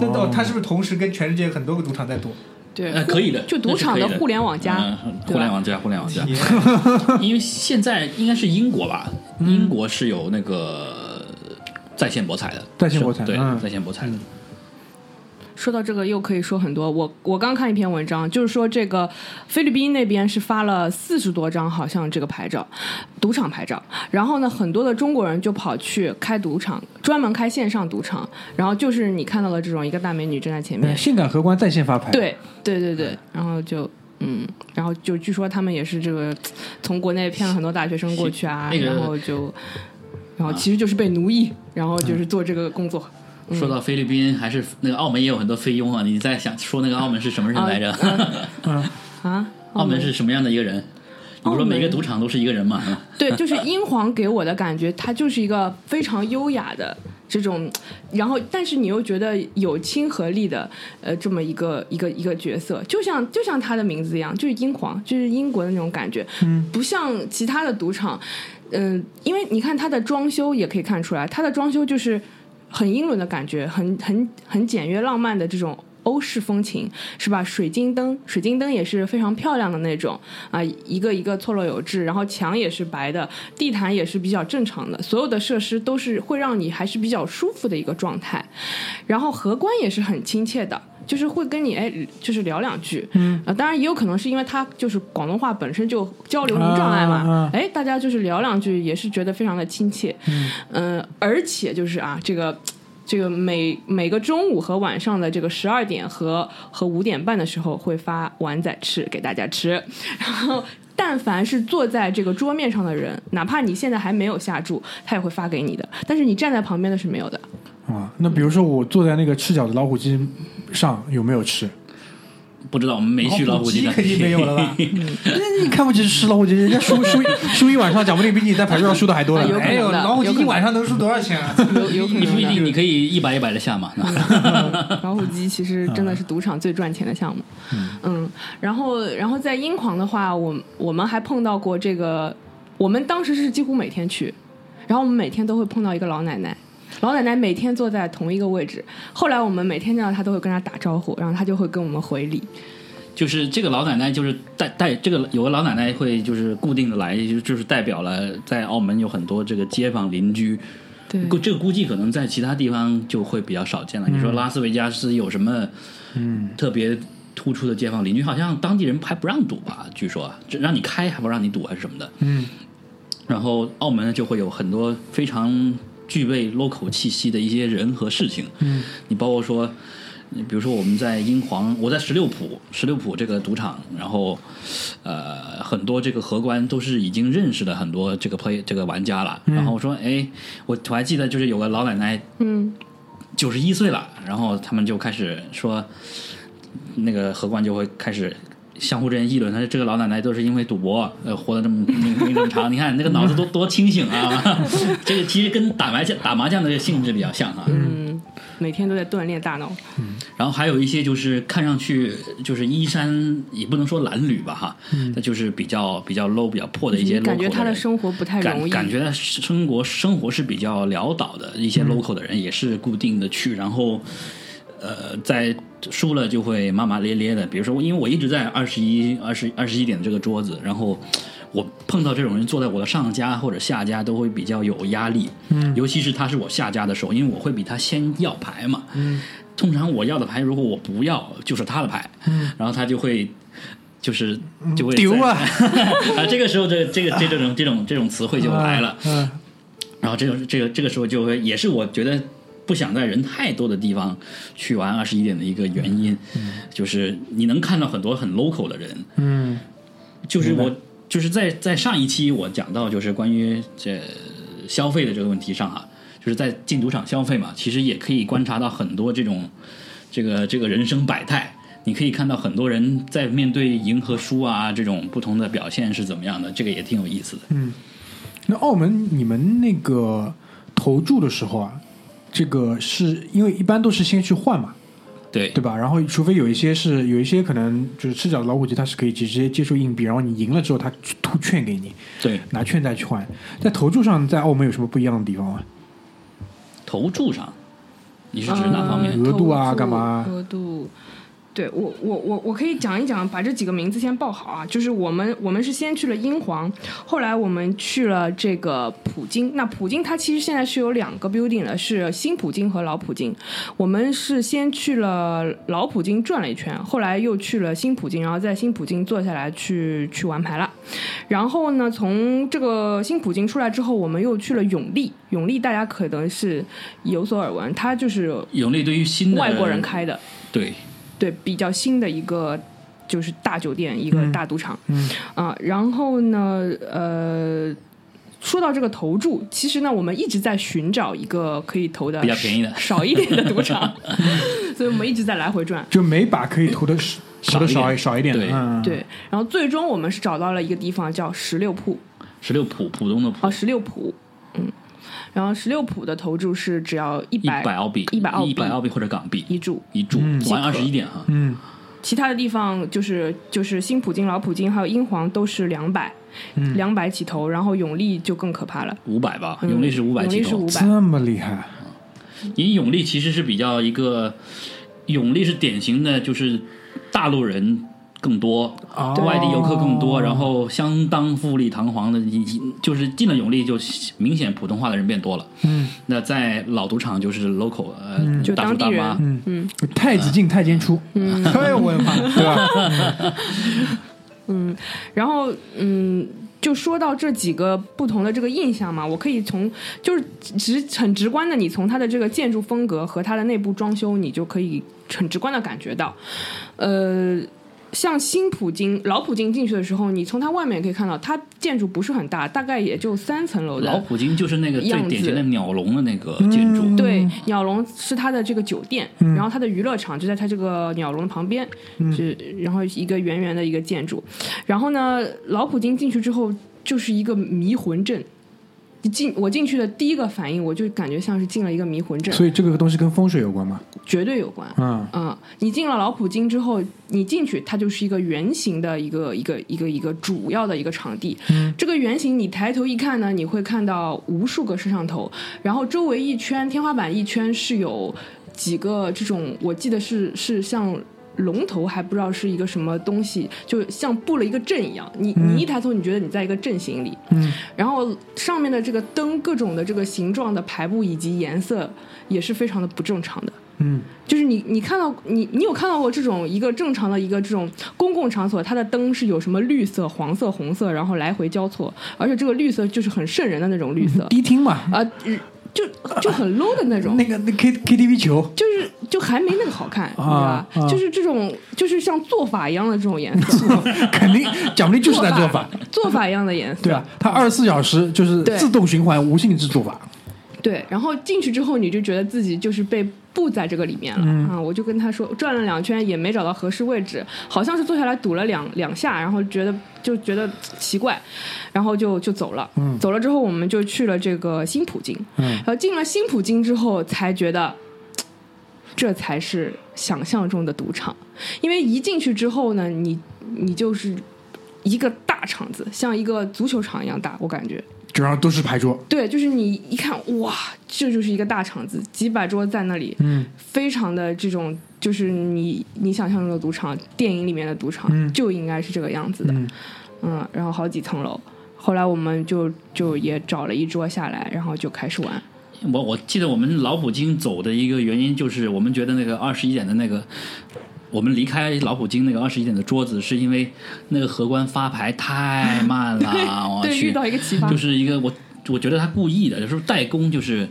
S2: 那到他是不是同时跟全世界很多个赌场在赌？
S4: 对
S3: 呃，，可以的，
S4: 就
S3: 那
S4: 赌
S3: 是
S4: 场
S3: 可以
S4: 的
S3: 的
S4: 互联网加
S3: 嗯，
S4: 对
S3: 互联
S4: 吧？
S3: 网加，互联网加，
S2: 也
S3: 因为现在应该是英国吧，英国是有那个在线博彩的，
S1: 在线博彩
S3: 是对
S1: 嗯，
S3: 在线博彩的，
S4: 说到这个，又可以说很多。我我刚看一篇文章，就是说这个菲律宾那边是发了四十多张，好像这个牌照，赌场牌照。然后呢，很多的中国人就跑去开赌场，专门开线上赌场。然后就是你看到了这种一个大美女站在前面
S1: 嗯，性感荷官在线发牌，，
S4: 对对对对，然后就嗯，然后就据说他们也是这个从国内骗了很多大学生过去啊，
S3: 那个啊
S4: 然后就然后其实就是被奴役，然后就是做这个工作。
S3: 说到菲律宾，还是那个澳门也有很多菲佣啊。你在想说那个澳门是什么人来着？
S4: 嗯 啊，
S3: 澳门是什么样的一个人？你不说每个赌场都是一个人嘛？嗯
S4: 对，就是英皇给我的感觉，他就是一个非常优雅的这种，然后但是你又觉得有亲和力的，呃，这么一个一个一个角色，就像就像他的名字一样，就是英皇，就是英国的那种感觉，嗯，不像其呃他的赌场，嗯、因为你看他的装修也可以看出来，他的装修就是。很英伦的感觉，很很很简约浪漫的这种欧式风情，是吧？水晶灯，水晶灯也是非常漂亮的那种啊，一个一个错落有致，然后墙也是白的，地毯也是比较正常的，所有的设施都是会让你还是比较舒服的一个状态。然后荷官也是很亲切的，就是会跟你哎，就是聊两句。嗯、当然也有可能是因为他就是广东话本身就交流无障碍
S1: 啊啊啊
S4: 嘛，哎、大家就是聊两句也是觉得非常的亲切。嗯、而且就是啊，这个。这个每每个中午和晚上的这个十二点和和五点半的时候会发碗仔翅给大家吃，然后但凡是坐在这个桌面上的人，哪怕你现在还没有下注，他也会发给你的，但是你站在旁边的是没有的。
S1: 啊，那比如说我坐在那个赤脚的老虎机上，有没有吃？
S3: 不知道我们没去老虎机
S2: 哦鸡
S3: 的，
S2: 肯定没有了吧？
S1: 哎那你看不起吃老虎机，人家输输输一晚上，讲不定比你在牌桌上输的还多
S4: 啊有
S1: 呢。
S4: 可能的
S2: 哎呦，老虎
S4: 有
S2: 机
S4: 可能
S2: 一晚上能输多少钱啊？
S4: 有有可 能
S3: 你
S4: 的
S3: 不一定，你可以一百一百的下嘛。那
S4: 老虎机其实真的是赌场最赚钱的项目。嗯，然后然后在英皇的话，我我们还碰到过这个，我们当时是几乎每天去，然后我们每天都会碰到一个老奶奶。老奶奶每天坐在同一个位置，后来我们每天见到她都会跟她打招呼，然后她就会跟我们回礼。
S3: 就是这个老奶奶，就是代代这个有个老奶奶会就是固定的来，就就是代表了在澳门有很多这个街坊邻居。
S4: 对
S3: 估这个估计可能在其他地方就会比较少见了。你说拉斯维加斯有什么嗯特别突出的街坊邻居？好像当地人还不让赌吧？据说啊这让你开还不让你赌还是什么的？嗯。然后澳门就会有很多非常具备 local 气息的一些人和事情。嗯，你包括说，你比如说我们在英皇，我在十六浦，十六浦这个赌场，然后呃，很多这个荷官都是已经认识的很多这个 play 这个玩家了。然后我说，哎，我我还记得就是有个老奶奶
S4: 嗯，
S3: 九十一岁了，然后他们就开始说，那个荷官就会开始。相互之间议论，他说这个老奶奶都是因为赌博，呃，活得这么命命这么长。你看那个脑子多多清醒啊！ 这个其实跟打麻将打麻将的性质比较像啊。
S4: 嗯每天都在锻炼大脑。
S3: 然后还有一些就是看上去就是衣衫也不能说褴褛吧哈，那、就是比较比较 low 比较破的一些 local
S4: 嗯感觉她的
S3: 人
S4: 生活不太容
S3: 感
S4: 易。
S3: 感觉到生活生活是比较潦倒的，一
S4: 嗯
S3: 些 local 的人也是固定的去，然后呃，在输了就会骂骂咧咧的。比如说，因为我一直在二十一、二十二十一点的这个桌子，然后我碰到这种人坐在我的上家或者下家，都会比较有压力。嗯，尤其是他是我下家的时候，因为我会比他先要牌嘛。嗯，通常我要的牌，如果我不要，就是他的牌。嗯，然后他就会。就是就会
S1: 丢啊！
S3: 啊，这个时候这这个这这种这种这种词汇就来了。
S1: 嗯，
S3: 然后这个这个这个时候就会也是我觉得不想在人太多的地方去玩二十一点的一个原因，嗯就是你能看到很多很 local 的人，嗯，就是我就是在在上一期我讲到就是关于这消费的这个问题上啊，就是在进赌场消费嘛，其实也可以观察到很多这种这个这个人生百态。你可以看到很多人在面对赢和输啊这种不同的表现是怎么样的，这个也挺有意思的。
S1: 那澳门你们那个投注的时候啊，这个是因为一般都是先去换嘛，
S3: 对
S1: 对吧？然后除非有一些是有一些可能就是赤脚的老虎机，它是可以直接接受硬币，然后你赢了之后，它吐券给你，
S3: 对，
S1: 拿券再去换。在投注上，在澳门有什么不一样的地方啊吗？
S3: 投注上，你是指哪方面？
S1: 嗯额度啊
S4: 投注
S1: 干嘛
S4: 额度，对我我我我可以讲一讲，把这几个名字先报好啊。就是我们我们是先去了英皇，后来我们去了这个普京。那普京它其实现在是有两个 building 的，是新普京和老普京。我们是先去了老普京转了一圈，后来又去了新普京，然后在新普京坐下来去去玩牌了。然后呢，从这个新普京出来之后，我们又去了永利。永利大家可能是有所耳闻，它就是
S3: 永利对于新的
S4: 外国人开的，
S3: 对
S4: 对，比较新的一个就是大酒店，一个大赌场，
S1: 嗯
S4: 啊，然后呢，呃。说到这个投注，其实呢，我们一直在寻找一个可以投的
S3: 比较便宜的
S4: 少一点的 赌场， 所以我们一直在来回转。
S1: 就每把可以投的少投的少
S3: 少
S1: 一
S3: 一点
S1: 少一点的，
S3: 对
S1: 嗯，
S4: 对，然后最终我们是找到了一个地方叫十六铺，
S3: 十六普普通的普
S4: 哦，十六铺，嗯，然后十六铺的投注是只要一
S3: 一
S4: 百
S3: 百澳币，
S4: 100澳币
S3: 一百澳币或者港币
S4: 一注，
S3: 一注，玩二
S4: 即
S3: 十
S4: 可
S3: 一点哈。
S1: 嗯，
S4: 其他的地方就是就是新普京、老普京还有英皇都是两百、
S3: 嗯
S4: 两百起头，然后永利就更可怕了，
S3: 五百吧，
S4: 嗯
S3: 永利是五百
S4: 永
S3: 起
S4: 利是
S3: 头
S4: 五，百，
S1: 这么厉害，
S3: 你永利其实是比较一个，永利是典型的就是大陆人更多，
S1: 哦
S3: 外地游客更多，然后相当富丽堂皇的，你就是进了永利就明显普通话的人变多了。
S1: 嗯，
S3: 那在老赌场就是 local，呃，
S4: 嗯就
S3: 大叔
S4: 当地
S3: 大
S4: 人
S3: 妈，
S1: 嗯太子进太监出，
S3: 嗯
S2: 哎，我的妈！
S1: 对吧？
S4: 然后嗯，就说到这几个不同的这个印象嘛，我可以从就是直很直观的，你从它的这个建筑风格和它的内部装修，你就可以很直观的感觉到，呃。像新普京、老普京进去的时候，你从它外面也可以看到，它建筑不是很大，大概也就三层楼的
S3: 老普京就是那个最
S4: 样子
S3: 典型的鸟笼的那个建筑，
S4: 对，鸟笼是它的这个酒店，然后它的娱乐场就在它这个鸟笼的旁边，是然后一个圆圆的一个建筑。然后呢，老普京进去之后就是一个迷魂阵。一进我进去的第一个反应，我就感觉像是进了一个迷魂阵，
S1: 所以这个东西跟风水有关嘛？
S4: 绝对有关。
S1: 嗯，
S4: 嗯，你进了老普京之后，你进去它就是一个圆形的一个一个一个一个主要的一个场地。这个圆形你抬头一看呢，你会看到无数个摄像头，然后周围一圈天花板一圈是有几个这种，我记得是是像。龙头还不知道是一个什么东西，就像布了一个阵一样。你你一抬头，你觉得你在一个阵型里，
S1: 嗯，
S4: 然后上面的这个灯各种的这个形状的排布以及颜色也是非常的不正常的。
S1: 嗯，
S4: 就是你你看到你你有看到过这种一个正常的一个这种公共场所，它的灯是有什么绿色、黄色、红色，然后来回交错，而且这个绿色就是很瘆人的那种绿色，
S1: 迪厅嘛，
S4: 啊、就就很 low 的那种。
S1: 嗯那个那 K K T V 球，
S4: 就是就还没那个好看，你知道吧？
S1: 啊
S4: 就是这种，就是像做法一样的这种颜色，
S1: 肯定奖不定 就是在做法，
S4: 做法一样的颜色。
S1: 对啊，它二十四小时就是
S4: 对
S1: 自动循环无性质做法，
S4: 对，然后进去之后，你就觉得自己就是被布在这个里面了、啊！我就跟他说，转了两圈也没找到合适位置，好像是坐下来堵了两两下，然后觉得就觉得奇怪，然后就就走了。走了之后，我们就去了这个新普京，
S1: 嗯
S4: 然后进了新普京之后，才觉得这才是想象中的赌场，因为一进去之后呢，你你就是一个大场子，像一个足球场一样大，我感觉。
S1: 就让都是牌 桌，
S4: 对，就是你一看，哇，这就是一个大场子，几百桌在那里，
S1: 嗯，
S4: 非常的这种，就是你你想象中的赌场，电影里面的赌场、
S1: 嗯
S4: 就应该是这个样子的，
S1: 嗯
S4: 嗯然后好几层楼。后来我们就就也找了一桌下来，然后就开始玩。
S3: 我我记得我们老普京走的一个原因就是，我们觉得那个二十一点的那个，我们离开老普京那个二十一点的桌子，是因为那个荷官发牌太慢 了，我
S4: 对，遇
S3: 去，
S4: 到一个奇葩，
S3: 就是一个我我觉得他故意的，有时候代工就是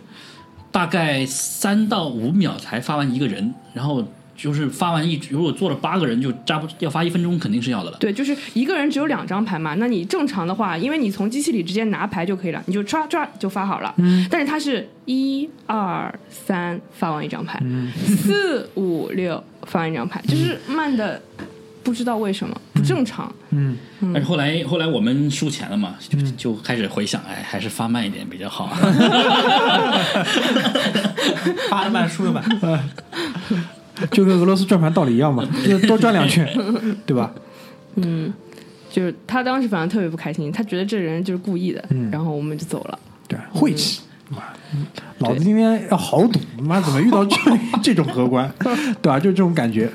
S3: 大概三到五秒才发完一个人，然后就是发完一，如果做了八个人就扎不要发一分钟肯定是要的了。
S4: 对，就是一个人只有两张牌嘛。那你正常的话，因为你从机器里直接拿牌就可以了，你就唰唰就发好了。嗯。但是它是一二三发完一张牌，四五六发完一张牌，就是慢的，不知道为什么不正常。
S1: 嗯，
S3: 但是后来后来我们输钱了嘛，就就开始回想，哎，还是发慢一点比较好。
S2: 发了慢，输了慢。
S1: 就跟俄罗斯转盘道理一样嘛，就多转两 圈，对吧？
S4: 就是他当时反正特别不开心，他觉得这人就是故意的，然后我们就走了。
S1: 对，晦气。妈老子今天要豪赌，妈怎么遇到这这种荷 官，对吧？就这种感觉，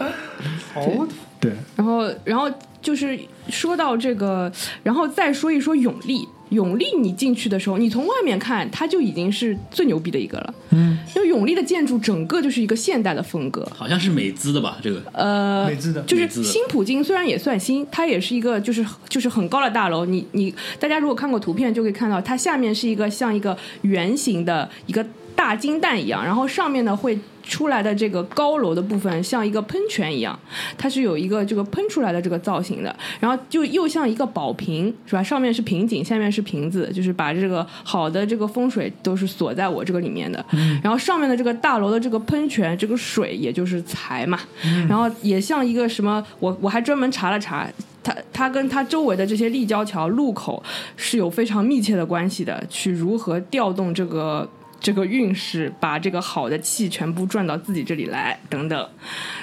S2: 哦，
S1: 对，
S4: 然后，然后就是说到这个，然后再说一说永利。永利，你进去的时候，你从外面看，它就已经是最牛逼的一个了。嗯，因为永利的建筑整个就是一个现代的风格。
S3: 好像是美资的吧？这个
S4: 呃，
S2: 美资的
S4: 就是
S3: 美资的
S4: 新普京虽然也算新，它也是一个就是就是很高的大楼。你你大家如果看过图片，就可以看到它下面是一个像一个圆形的一个大金蛋一样，然后上面呢会出来的这个高楼的部分像一个喷泉一样，它是有一个这个喷出来的这个造型的，然后就又像一个宝瓶是吧？上面是瓶颈，下面是瓶子，就是把这个好的这个风水都是锁在我这个里面的。然后上面的这个大楼的这个喷泉，这个水也就是财嘛，然后也像一个什么，我我还专门查了查。它它跟它周围的这些立交桥、路口是有非常密切的关系的，去如何调动这个这个运势，把这个好的气全部转到自己这里来，等等。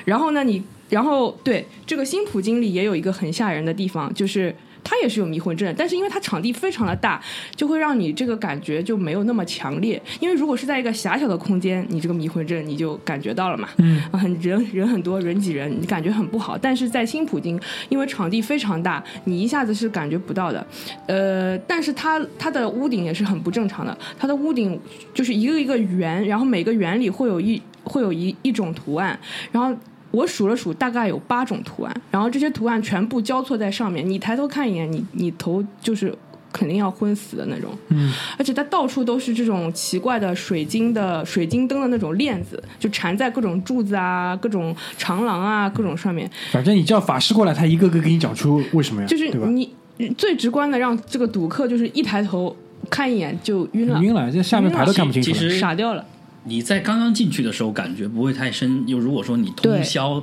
S4: 然后呢，你然后对这个新普京里也有一个很吓人的地方，就是他也是有迷魂阵，但是因为它场地非常的大，就会让你这个感觉就没有那么强烈。因为如果是在一个狭小的空间，你这个迷魂阵你就感觉到了嘛，嗯，很人人很多，人挤人，你感觉很不好。但是在新普京，因为场地非常大，你一下子是感觉不到的。呃，但是它它的屋顶也是很不正常的，它的屋顶就是一个一个圆，然后每个圆里会有一会有一一种图案，然后。我数了数，大概有八种图案，然后这些图案全部交错在上面。你抬头看一眼，你你头就是肯定要昏死的那种。嗯，而且它到处都是这种奇怪的水晶的水晶灯的那种链子，就缠在各种柱子啊、各种长廊啊、各种上面。
S1: 反正你叫法师过来，他一个个给你讲出为什么呀，
S4: 就是
S1: 对吧？
S4: 你最直观的让这个赌客就是一抬头看一眼就晕了，
S1: 晕了，这下面牌都看不清楚
S3: 其
S1: 了。
S3: 实
S4: 傻掉了。
S3: 你在刚刚进去的时候感觉不会太深，又如果说你通
S4: 对
S3: 宵，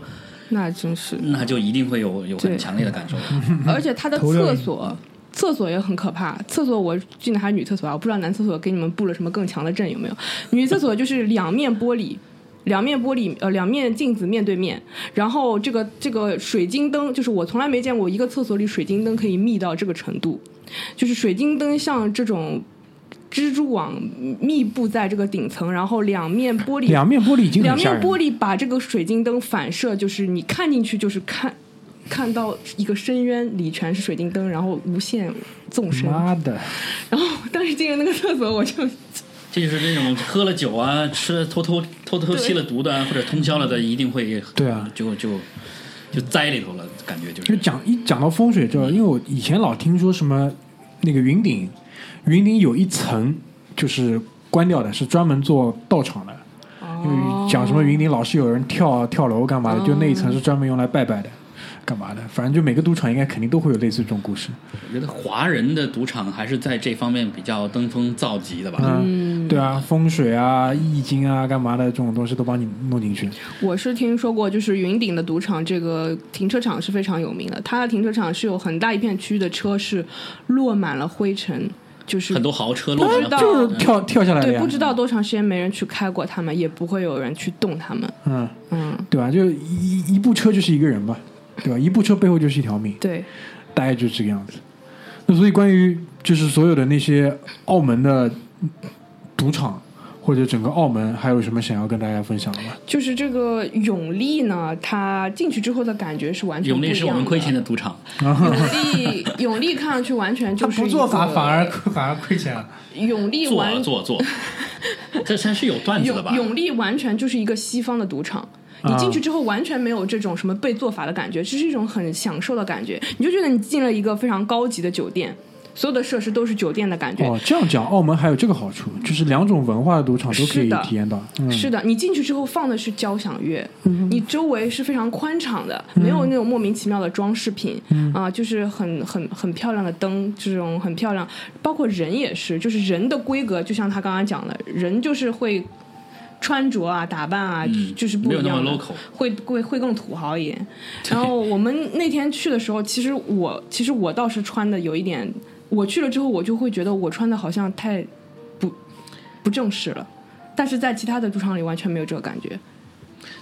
S4: 那真是，
S3: 那就一定会有有很
S4: 对
S3: 强烈的感受。
S1: 嗯
S4: 而且它的
S2: 头掉
S4: 厕
S2: 一
S4: 所。厕所也很可怕，厕所我进的还是女厕所啊，我不知道男厕所给你们布了什么更强的阵有没有。女厕所就是两面玻璃，两面玻璃呃两面镜子面对面，然后这个这个水晶灯就是我从来没见过一个厕所里水晶灯可以密到这个程度，就是水晶灯像这种蜘蛛网密布在这个顶层，然后两面玻璃
S1: 两面玻璃已经
S4: 两
S1: 很吓
S4: 面
S1: 人
S4: 玻
S1: 了，
S4: 璃把这个水晶灯反射，就是你看进去就是看看到一个深渊里全是水晶灯，然后无限纵深。
S1: 妈的，
S4: 然后当时进了那个厕所，我就
S3: 这就是那种喝了酒啊，吃了偷偷偷偷吸了毒的啊，或者通宵了的，一定会
S1: 对啊
S3: 就就就栽里头了，感觉就
S1: 就是讲一讲到风水这儿，因为我以前老听说什么那个云顶，云顶有一层就是关掉的，是专门做道场的。
S4: 哦
S1: 因为讲什么云顶老是有人跳啊跳楼干
S4: 嗯
S1: 嘛的，就那一层是专门用来拜拜的，干嘛的？反正就每个赌场应该肯定都会有类似这种故事。
S3: 我觉得华人的赌场还是在这方面比较登峰造极的吧。
S1: 嗯，对啊，风水啊、易经啊、干嘛的这种东西都帮你弄进去。
S4: 我是听说过，就是云顶的赌场这个停车场是非常有名的，它的停车场是有很大一片区域的车是落满了灰尘，就是
S3: 很多豪车啊落
S4: 不知
S3: 成
S4: 道
S3: 了，
S1: 就是跳跳下来的
S4: 对
S1: 呀
S4: 不，知道多长时间没人去开过它们，也不会有人去动它们。
S1: 嗯，
S4: 嗯，
S1: 对吧？就一一一部车就是一个人吧，对吧？一部车背后就是一条命。
S4: 对，
S1: 大概就是这个样子。那所以关于就是所有的那些澳门的赌场或者整个澳门，还有什么想要跟大家分享的吗？
S4: 就是这个永利呢，它进去之后的感觉是完全
S3: 永
S4: 不一
S3: 利
S4: 样
S3: 是我们亏钱的赌场，
S4: 永利，永利看上去完全
S2: 他
S4: 就是
S2: 不做
S4: 一
S2: 法
S4: 个
S2: 反而反而亏钱了。
S4: 永利
S3: 做
S4: 完
S3: 啊做啊 做啊，这才是有段子的吧
S4: 永？永利完全就是一个西方的赌场。你进
S2: 啊
S4: 去之后完全没有这种什么被做法的感觉，这是一种很享受的感觉。你就觉得你进了一个非常高级的酒店，所有的设施都是酒店的感觉。
S1: 哦，这样讲，澳门还有这个好处，就是两种文化的赌场都可
S4: 是
S1: 以
S4: 的
S1: 体验到。嗯，
S4: 是的，你进去之后放的是交响乐，你周围是非常宽敞的，没有那种莫名其妙的装饰品，啊，就是很很很漂亮的灯，这种很漂亮，包括人也是，就是人的规格，就像他刚刚讲的，人就是会穿着啊、打扮啊，
S3: 嗯
S4: 就是不
S3: 没有
S4: 一
S3: 那么
S4: 样的
S3: local
S4: 会会会更土豪一点。 然后我们那天去的时候，其实我其实我倒是穿的有一点，我去了之后我就会觉得我穿的好像太不不正式了，但是在其他的赌场里完全没有这个感觉。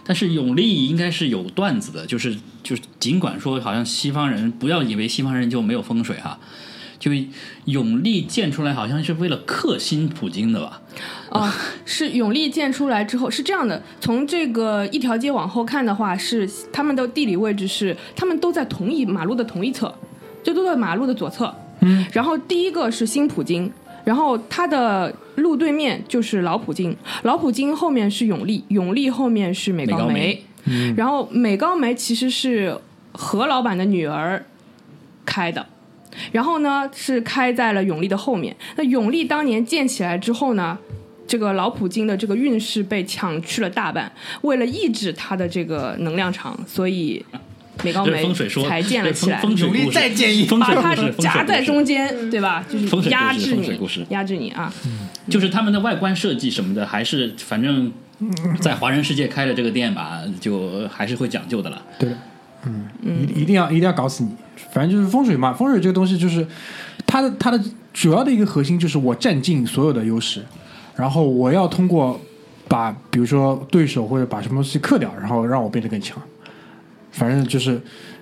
S3: 但是永利应该是有段子的，就是就是，尽管说好像西方人不要以为西方人就没有风水哈，就永利建出来好像是为了克新普京的吧？
S4: 啊，是永利建出来之后是这样的，从这个一条街往后看的话，是他们的地理位置是他们都在同一马路的同一侧，就都在马路的左侧。嗯，然后第一个是新普京，然后它的路对面就是老普京，老普京后面是永利，永利后面是美高
S3: 美高
S4: 梅
S3: 梅，嗯
S4: 然后美高梅其实是何老板的女儿开的。然后呢，是开在了永利的后面。那永利当年建起来之后呢，这个老普京的这个运势被抢去了大半。为了抑制它的这个能量场，所以美高
S3: 这是
S4: 梅
S3: 风水说
S4: 哦才建了起来，
S3: 这是风风水
S2: 永
S3: 故
S2: 利
S3: 事，
S2: 再 建一
S3: 风
S4: 把
S3: 水故
S4: 它
S3: 事，
S4: 夹在
S3: 风水故事
S4: 中间，对吧？就
S3: 风
S4: 是
S3: 水
S4: 压
S3: 故事
S4: 制
S3: 风水故事嗯
S4: 你，压制你啊！
S3: 就是他们的外观设计什么的，还是反正在华人世界开的这个店吧，就还是会讲究的了。
S1: 对的，嗯，一一定要一定要搞死你。反正就是风水嘛，风水这个东西就是它的它的主要的一个核心就是我占尽所有的优势，然后我要通过把比如说对手或者把什么东西克掉，然后让我变得更强。反正就是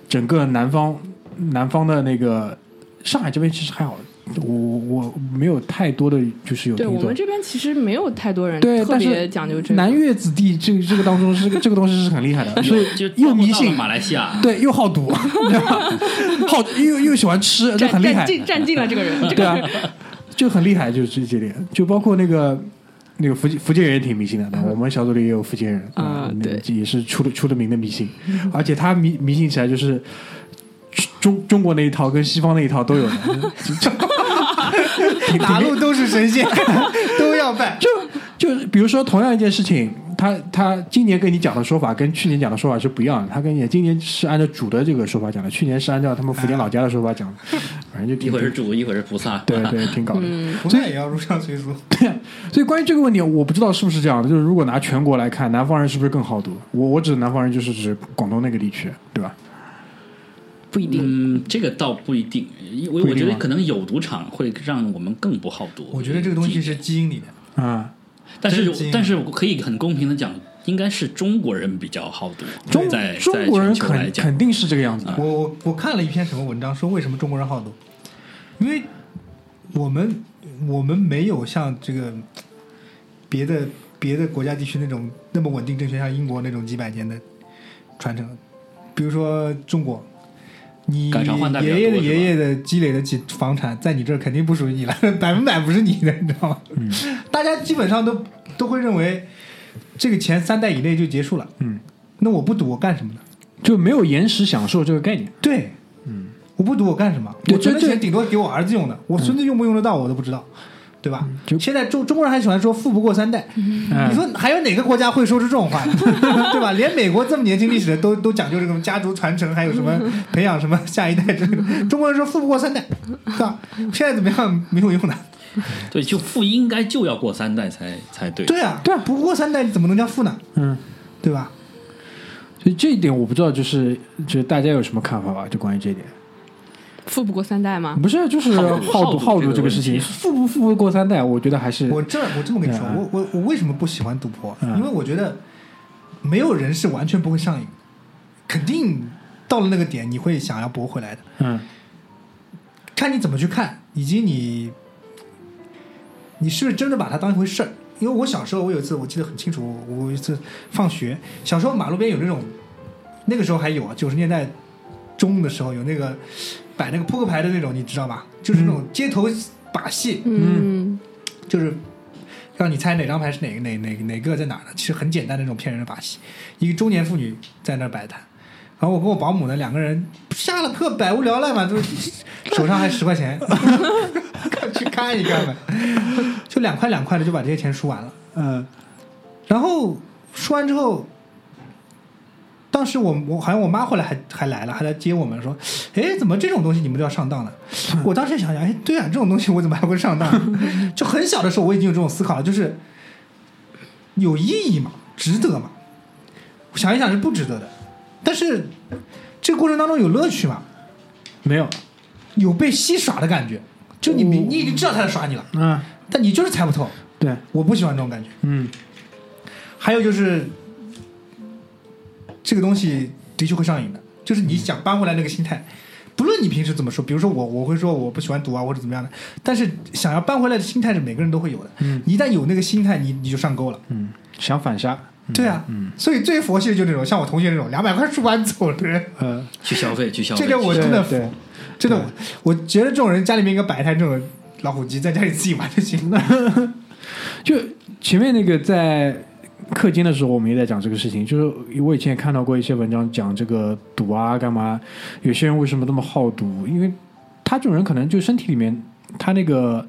S1: 整个南方南方的那个上海这边其实还好，我我没有太多的就是有
S4: 对
S1: 听
S4: 我
S1: 众
S4: 们。这边其实没有太多人
S1: 对
S4: 特
S1: 但是
S4: 别讲究这个。
S1: 南越子弟这个这个当中是这个东西是很厉害 的，所以
S3: 就
S1: 又迷
S3: 包括到了
S1: 信，
S3: 马来西亚，
S1: 对，又好赌， 你知道吧好又又喜欢 吃，这
S4: 占
S1: 很厉害
S4: 占，尽占尽了这 个人，这 个
S1: 对啊，就很厉害，就是这这点，就包括那个那个福建福建人也挺迷信的，对吧我们小组里也有福建人
S4: 嗯啊
S1: 嗯
S4: 对
S1: 也是出了出了名的迷信，而且他迷迷信起来就是中中国那一套跟西方那一套都有的，
S2: 哪路都是神仙， 都要拜。
S1: 就就是比如说同样一件事情，他他今年跟你讲的说法跟去年讲的说法是不一样的，他跟你今年是按照主的这个说法讲的，去年是按照他们福建老家的说法讲的， 反正就
S3: 一
S1: 挺
S3: 会儿是主，一会儿是菩萨，
S1: 对对挺搞的。
S2: 菩萨也要入乡随俗，
S1: 所以关于这个问题，我不知道是不是这样的。就是如果拿全国来看，南方人是不是更好赌？我我指的南方人就是指广东那个地区，对吧？
S4: 不一定。
S3: 嗯，这个倒不一定，因为
S1: 不一定
S3: 我觉得
S1: 吗
S3: 可能有赌场会让我们更不好赌。
S2: 我觉得这个东西是基因里的。
S1: 啊、
S3: 但是
S2: 真金
S3: 但是我可以很公平的讲，应该是中国人比较好赌，
S1: 中
S3: 在
S1: 中国
S3: 在
S1: 人
S3: 全球来
S1: 肯
S3: 讲，啊
S1: 肯定是这个
S3: 嗯
S1: 样子的。
S2: 我我我看了一篇什么文章，说为什么中国人好赌，因为我们我们没有像这个别的别的国家地区那种那么稳定政权，像英国那种几百年的传承。比如说中国，你
S3: 改朝换代比较
S2: 爷
S3: 多
S2: 爷的
S3: 是吧
S2: 爷爷的积累的起房产，在你这儿肯定不属于你了，百分百不是你的，你知道吗？
S1: 嗯
S2: 大家基本上都都会认为这个前三代以内就结束了。
S1: 嗯，
S2: 那我不赌，我干什么呢？
S1: 就没有延时享受这个概念。
S2: 对，
S1: 嗯，
S2: 我不赌我干什么？
S1: 对
S2: 我存的
S1: 这
S2: 钱顶多给我儿子用的，我孙子用不用得到我都不知道，对吧？
S1: 嗯就
S2: 现在中中国人还喜欢说富不过三代，
S1: 哎
S2: 你说还有哪个国家会说出这 种话，对吧？连美国这么年轻历史的都都讲究这种家族传承，还有什么
S1: 嗯
S2: 培养什么下一代之类 的。中国人说富不过三代，是吧？现在怎么样没有用的？
S3: 对，就富应该就要过三代才才对。
S2: 对啊，
S1: 对啊
S2: 不过三代你怎么能叫富呢？
S1: 嗯，
S2: 对吧？
S1: 所以这一点我不知道，就是就是大家有什么看法吧？就关于这一点，
S4: 富不过三代
S2: 啊
S4: 吗？
S1: 不是就是
S3: 好
S1: 好
S3: 赌
S1: 赌
S3: 好赌
S1: 好赌
S3: 这
S1: 这
S3: 个
S1: 个
S3: 问
S1: 事
S3: 题
S1: 情，富不富不过三代，我觉得还是
S2: 我这我这么跟你说，
S1: 嗯
S2: 我我我为什么不喜欢赌博？
S1: 嗯
S2: 因为我觉得没有人是完全不会上瘾，肯定到了那个点你会想要搏回来的，
S1: 嗯
S2: 看你怎么去看，以及你你是不是真的把它当一回事儿。因为我小时候，我有一次我记得很清楚，我有一次放学，小时候马路边有那种，那个时候还有啊，九十年代中的时候有那个摆那个扑克牌的那种，你知道吧？就是
S1: 嗯
S2: 那种街头把戏，
S4: 嗯，
S2: 就是让你猜哪张牌是哪个哪哪哪个在哪儿的，其实很简单的那种骗人的把戏。一个中年妇女在那儿摆摊，然后我跟我保姆呢两个人下了课百无聊赖嘛，就是手上还十块钱， 去看一看呗，就两块两块的就把这些钱输完了。
S1: 嗯
S2: 然后说完之后，当时我我好像我妈后来还还来了，还来接我们说，哎，怎么这种东西你们都要上当了？我当时想想，哎，对啊，这种东西我怎么还会上当 呢？就很小的时候我已经有这种思考了，就是有意义吗？值得吗？我想一想是不值得的，但是这个过程当中有乐趣吗？
S1: 没有
S2: 有被戏耍的感觉，就你明你已经知道他在耍你了，
S1: 嗯
S2: 但你就是猜不透。
S1: 对
S2: 我不喜欢这种感觉。
S1: 嗯
S2: 还有就是，这个东西的确会上瘾的，就是你想扳回来那个心态，不论你平时怎么说，比如说我我会说我不喜欢赌啊或者怎么样的，但是想要扳回来的心态是每个人都会有的。
S1: 嗯
S2: 你一旦有那个心态，你你就上钩了。
S1: 嗯，想反杀，嗯
S2: 对啊，
S1: 嗯
S2: 所以最佛系的就是那种像我同学那种两百块输完走的人，
S1: 呃，
S3: 去消费，去消费。
S2: 这点我
S3: 去消
S2: 真的
S1: 对对
S2: 真的，我我觉得这种人家里面应该摆一台这种老虎机，在家里自己玩就行了。
S1: 就前面那个在课间的时候，我们也在讲这个事情，就是我以前也看到过一些文章讲这个赌啊干嘛，有些人为什么这么好赌，因为他这种人可能就身体里面他那个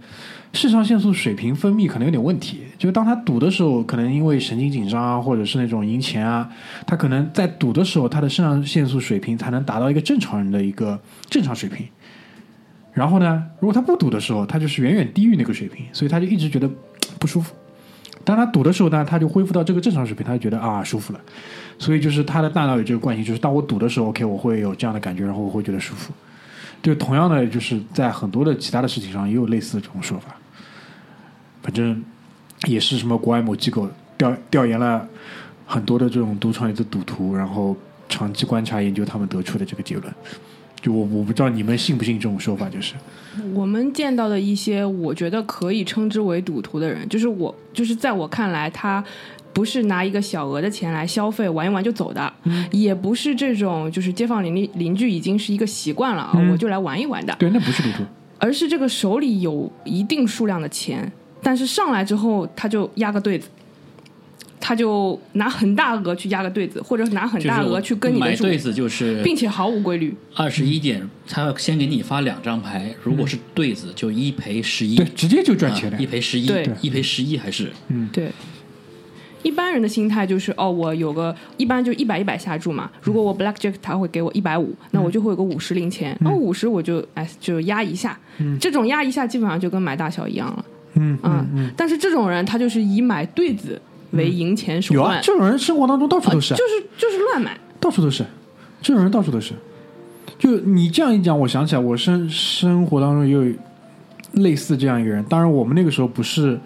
S1: 肾上腺素水平分泌可能有点问题，就是当他赌的时候，可能因为神经紧张啊，或者是那种赢钱啊，他可能在赌的时候，他的肾上腺素水平才能达到一个正常人的一个正常水平。然后呢，如果他不赌的时候，他就是远远低于那个水平，所以他就一直觉得嘖不舒服。当他赌的时候呢，他就恢复到这个正常水平，他就觉得啊舒服了。所以就是他的大脑有这个惯性，就是当我赌的时候，OK，我会有这样的感觉，然后我会觉得舒服。就同样的，就是在很多的其他的事情上也有类似的这种说法。反正也是什么国外某机构调调研了很多的这种赌场里的赌徒，然后长期观察研究他们得出的这个结论，就我我不知道你们信不信这种说法，就是
S4: 我们见到的一些，我觉得可以称之为赌徒的人，就是我，就是在我看来，他不是拿一个小额的钱来消费玩一玩就走的，
S3: 嗯
S4: 也不是这种就是街坊邻里邻居已经是一个习惯了啊，
S3: 嗯
S4: 我就来玩一玩的，
S1: 对，那不是赌徒，
S4: 而是这个手里有一定数量的钱，但是上来之后他就压个对子。他就拿很大额去压个对子，或者拿很
S3: 就是
S4: 大额
S3: 我
S4: 去跟你
S3: 买
S4: 的主，
S3: 对子就是
S4: 并且毫无规律。
S3: 二十一点，他要先给你发两张牌，如果是对子就一赔十一
S1: 对，，直接就赚钱了
S3: 啊一。赔十一
S4: 对，
S3: 一赔十一还是
S4: 对，一般人的心态就是哦，我有个一般就一百一百下注嘛。如果
S1: 嗯
S4: 我 blackjack 他会给我一百五，那我就会有个五十零钱，然后五十我就哎就压一下，这种压一下基本上就跟买大小一样了。
S1: 嗯
S4: 嗯，但是这种人他就是以买对子为赢钱手
S1: 有
S4: 段，
S1: 啊，这种人生活当中到
S4: 哦
S1: 处都是啊，
S4: 就是就是乱买。
S1: 到处都是，这种人到处都是。就你这样一讲，我想起来，我生生活当中也有类似这样一个人。当然，我们那个时候不是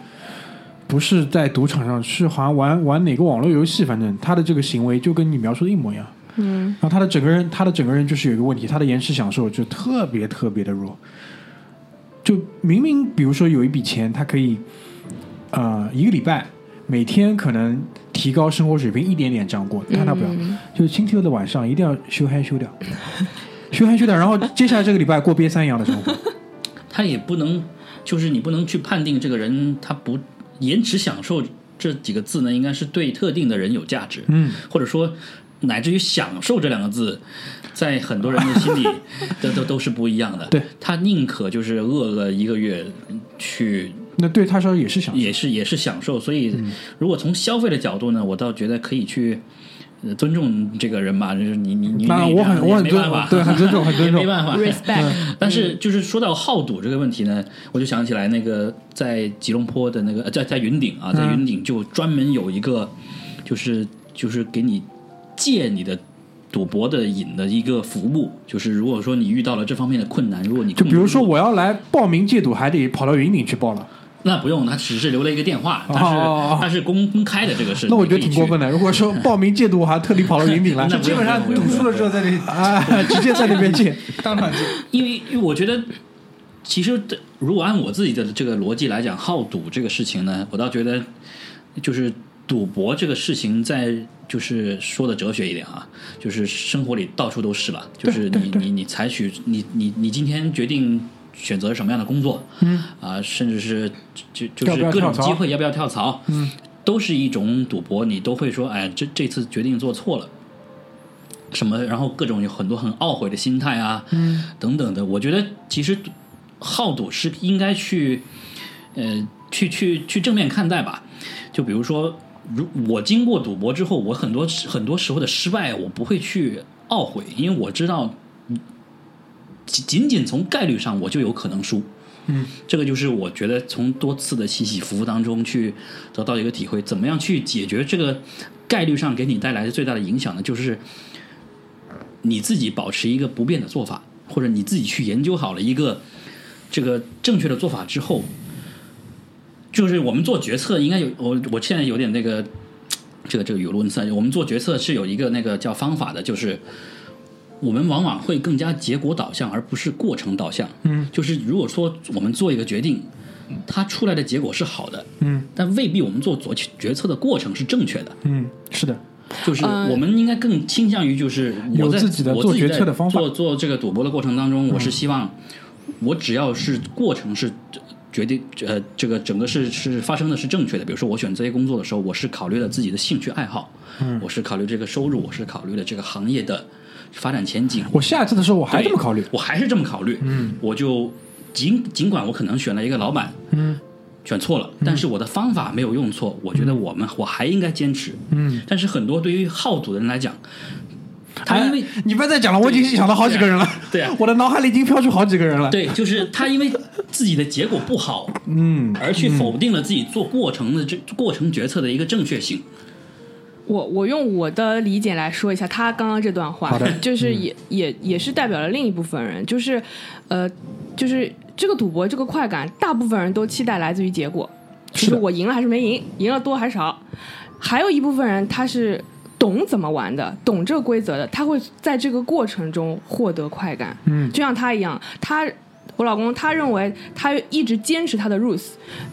S1: 不是在赌场上，是好像玩玩哪个网络游戏，反正他的这个行为就跟你描述的一模一样。
S4: 嗯，
S1: 然后他的整个人，他的整个人就是有一个问题，他的延迟享受就特别特别的弱。就明明比如说有一笔钱，他可以呃一个礼拜每天可能提高生活水平一点点这样过，但他不要，
S4: 嗯
S1: 就是星期六的晚上一定要休嗨休掉， 休嗨休掉，然后接下来这个礼拜过瘪三一样的生 活。
S3: 他也不能，就是你不能去判定这个人他不延迟享受这几个字呢，应该是对特定的人有价值，
S1: 嗯，
S3: 或者说乃至于享受这两个字，在很多人的心里都都都是不一样的。
S1: 对，
S3: 他宁可就是饿个一个月去。
S1: 那对他说也是想
S3: 也是也是享受，所以如果从消费的角度呢，我倒觉得可以去呃尊重这个人吧，就是你你你
S1: 当然
S3: 愿意
S1: 我
S3: 这样
S1: 很
S3: 也
S1: 我很
S3: 没
S1: 尊
S3: 办法
S1: 对很尊重很尊
S3: 也
S1: 重
S3: 没办法
S4: Respect
S3: 但是就是说到好赌这个问题呢，我就想起来那个在吉隆坡的那个呃在在云顶啊，
S1: 嗯
S3: 在云顶就专门有一个就是就是给你借你的。赌博的瘾的一个服务，就是如果说你遇到了这方面的困难，如果你
S1: 就比如说
S3: 控制不住
S1: 我要来报名戒赌，还得跑到云顶去报了，
S3: 那不用，他只是留了一个电话，他
S1: 哦哦哦
S3: 是他是公公开的这个事，
S1: 那我觉得
S3: 你可以
S1: 挺过分
S3: 嗯去。
S1: 的。如果说报名戒赌，我还特地跑到云顶来，
S3: 那
S2: 基本上
S3: 不用不用
S2: 赌输了之后在这里
S1: 啊， 直接在那边戒。
S2: 当场就
S3: 因为因为我觉得，其实这如果按我自己的这个逻辑来讲，好赌这个事情呢，我倒觉得就是赌博这个事情，在就是说的哲学一点啊，就是生活里到处都是吧，就是你你你采取你你你今天决定。选择什么样的工作，嗯啊，甚至是就就就
S1: 要不
S3: 是
S1: 要
S3: 各种
S1: 跳槽
S3: 机会要不要跳槽，嗯，都是一种赌博，你都会说，哎，这这次决定做错了，什么，然后各种有很多很懊悔的心态啊，嗯，等等的。我觉得其实好赌是应该去，呃，去去去正面看待吧。就比如说，如我经过赌博之后，我很多很多时候的失败，我不会去懊悔，因为我知道，嗯仅仅仅从概率上，我就有可能输。
S1: 嗯，
S3: 这个就是我觉得从多次的起起伏伏当中去得到一个体会，怎么样去解决这个概率上给你带来的最大的影响呢？就是你自己保持一个不变的做法，或者你自己去研究好了一个这个正确的做法之后，就是我们做决策应该有我我现在有点那个这个这个语录在，我们做决策是有一个那个叫方法的，就是我们往往会更加结果导向，而不是过程导向。嗯，就是如果说我们做一个决定，它出来的结果是好的，
S1: 嗯，
S3: 但未必我们做决决策的过程是正确的。
S1: 嗯，是的，
S3: 就是
S4: 呃
S3: 我们应该更倾向于就是我
S1: 有
S3: 在
S1: 自己的
S3: 我
S1: 做
S3: 自己
S1: 决
S3: 在
S1: 策的方法嗯
S3: 做做这个赌博的过程当中，我是希望我只要是过程是决定呃这个整个是是发生的是正确的。比如说我选择一个工作的时候，我是考虑了自己的兴趣爱好，
S1: 嗯
S3: 我是考虑这个收入，我是考虑了这个行业的发展前景，
S1: 我下次的时候我还这么考虑
S3: 对。我还是这么考虑。嗯，我就尽尽管我可能选了一个老板，嗯，选错了，但
S1: 嗯
S3: 是我的方法没有用错，我觉得我们我还应该坚持。嗯，但是很多对于好赌的人来讲，他因为、
S1: 哎你不要再讲了，我已经想到好几个人了。
S3: 对 啊
S1: 我的脑海里已经飘出好几个人了。，
S3: 对，就是他因为自己的结果不好，
S1: 嗯，
S3: 而去否定了自己做过程的这过程决策的一个正确性。
S4: 我我用我的理解来说一下他刚刚这段话
S1: 好的， 嗯
S4: 就是也、也也是代表了另一部分人，就是呃，就是这个赌博这个快感，大部分人都期待来自于结果，就是是
S1: 的
S4: 我赢了还是没赢，赢了多还是少，还有一部分人他是懂怎么玩的，懂这个规则的，他会在这个过程中获得快感。
S1: 嗯，
S4: 就像他一样，他我老公他认为他一直坚持他的 rules，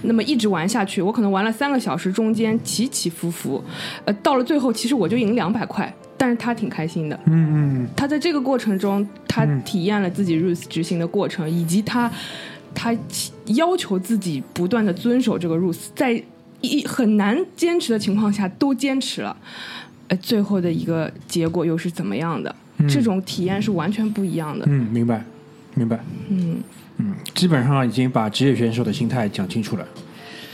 S4: 那么一直玩下去，我可能玩了三个小时，中间起起伏伏，呃，到了最后其实我就赢两百块，但是他挺开心的。
S1: 嗯嗯，
S4: 他在这个过程中，他体验了自己 rules 执行的过程，以及他他要求自己不断的遵守这个 rules，在一很难坚持的情况下都坚持了，呃，最后的一个结果又是怎么样的？这种体验是完全不一样的。
S1: 嗯嗯，明白，明白。
S4: 嗯，
S1: 嗯，基本上已经把职业选手的心态讲清楚了，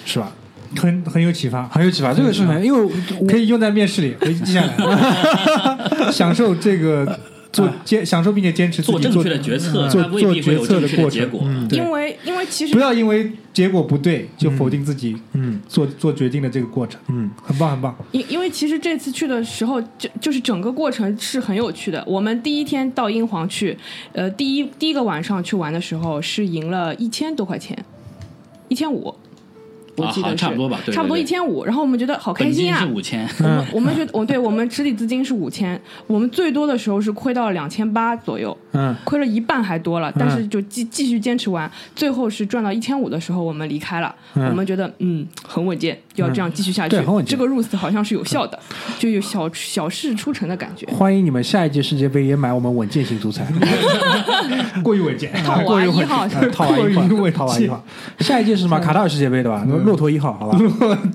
S1: 是吧？
S2: 很很有启发，
S1: 很有启发，这个是
S4: 嗯
S1: 很，因为我
S2: 可以用在面试里，回去记下 来，享受这个做坚享受并且坚持自己
S3: 啊做正确的决策，
S2: 做嗯
S3: 它未
S2: 做
S3: 必会
S2: 决
S3: 有
S2: 策
S3: 正
S2: 的
S3: 确的
S2: 过
S3: 结
S2: 程
S3: 果。，
S1: 嗯，
S4: 因
S1: 对，
S4: 为因为其实
S2: 不要因为结果不对就否定自己
S1: 嗯
S2: 做做决定的这个过程，
S1: 嗯
S2: 很棒很棒。
S4: 因因为其实这次去的时候，就就是整个过程是很有趣的。我们第一天到英皇去，呃，第一第一个晚上去玩的时候是赢了一千多块钱，一千五，我
S3: 啊
S4: 记得
S3: 好
S4: 是、
S3: 差不多吧对对
S4: 差不多
S3: 对
S4: 一千五。然后我们觉得好开
S3: 本
S4: 心
S3: 金
S4: 啊
S3: 是，五千，
S4: 我们我们觉得，我对我们池底资金是五千，我们最多的时候是亏到两千八左右，
S1: 嗯，
S4: 亏了一半还多了，但是就继继续坚持玩，最后是赚到一千五的时候，我们离开了。
S1: 嗯
S4: 我们觉得嗯很稳健，要这样继续下去，
S1: 对很稳健嗯
S4: 这个 rules 好像是有效的，就有小小事出成的感觉。
S1: 欢迎你们下一届世界杯也买我们稳健型足 彩，
S2: 过于稳健，
S4: 套
S1: 过
S4: 娃
S1: 一
S4: 一
S1: 会儿
S4: 号，
S1: 呃套娃一
S2: 过于
S1: 号，
S2: 稳健
S1: 套娃 一号。下一届是什么？卡塔尔世界杯对吧？
S4: 嗯
S1: 骆驼一号，好吧？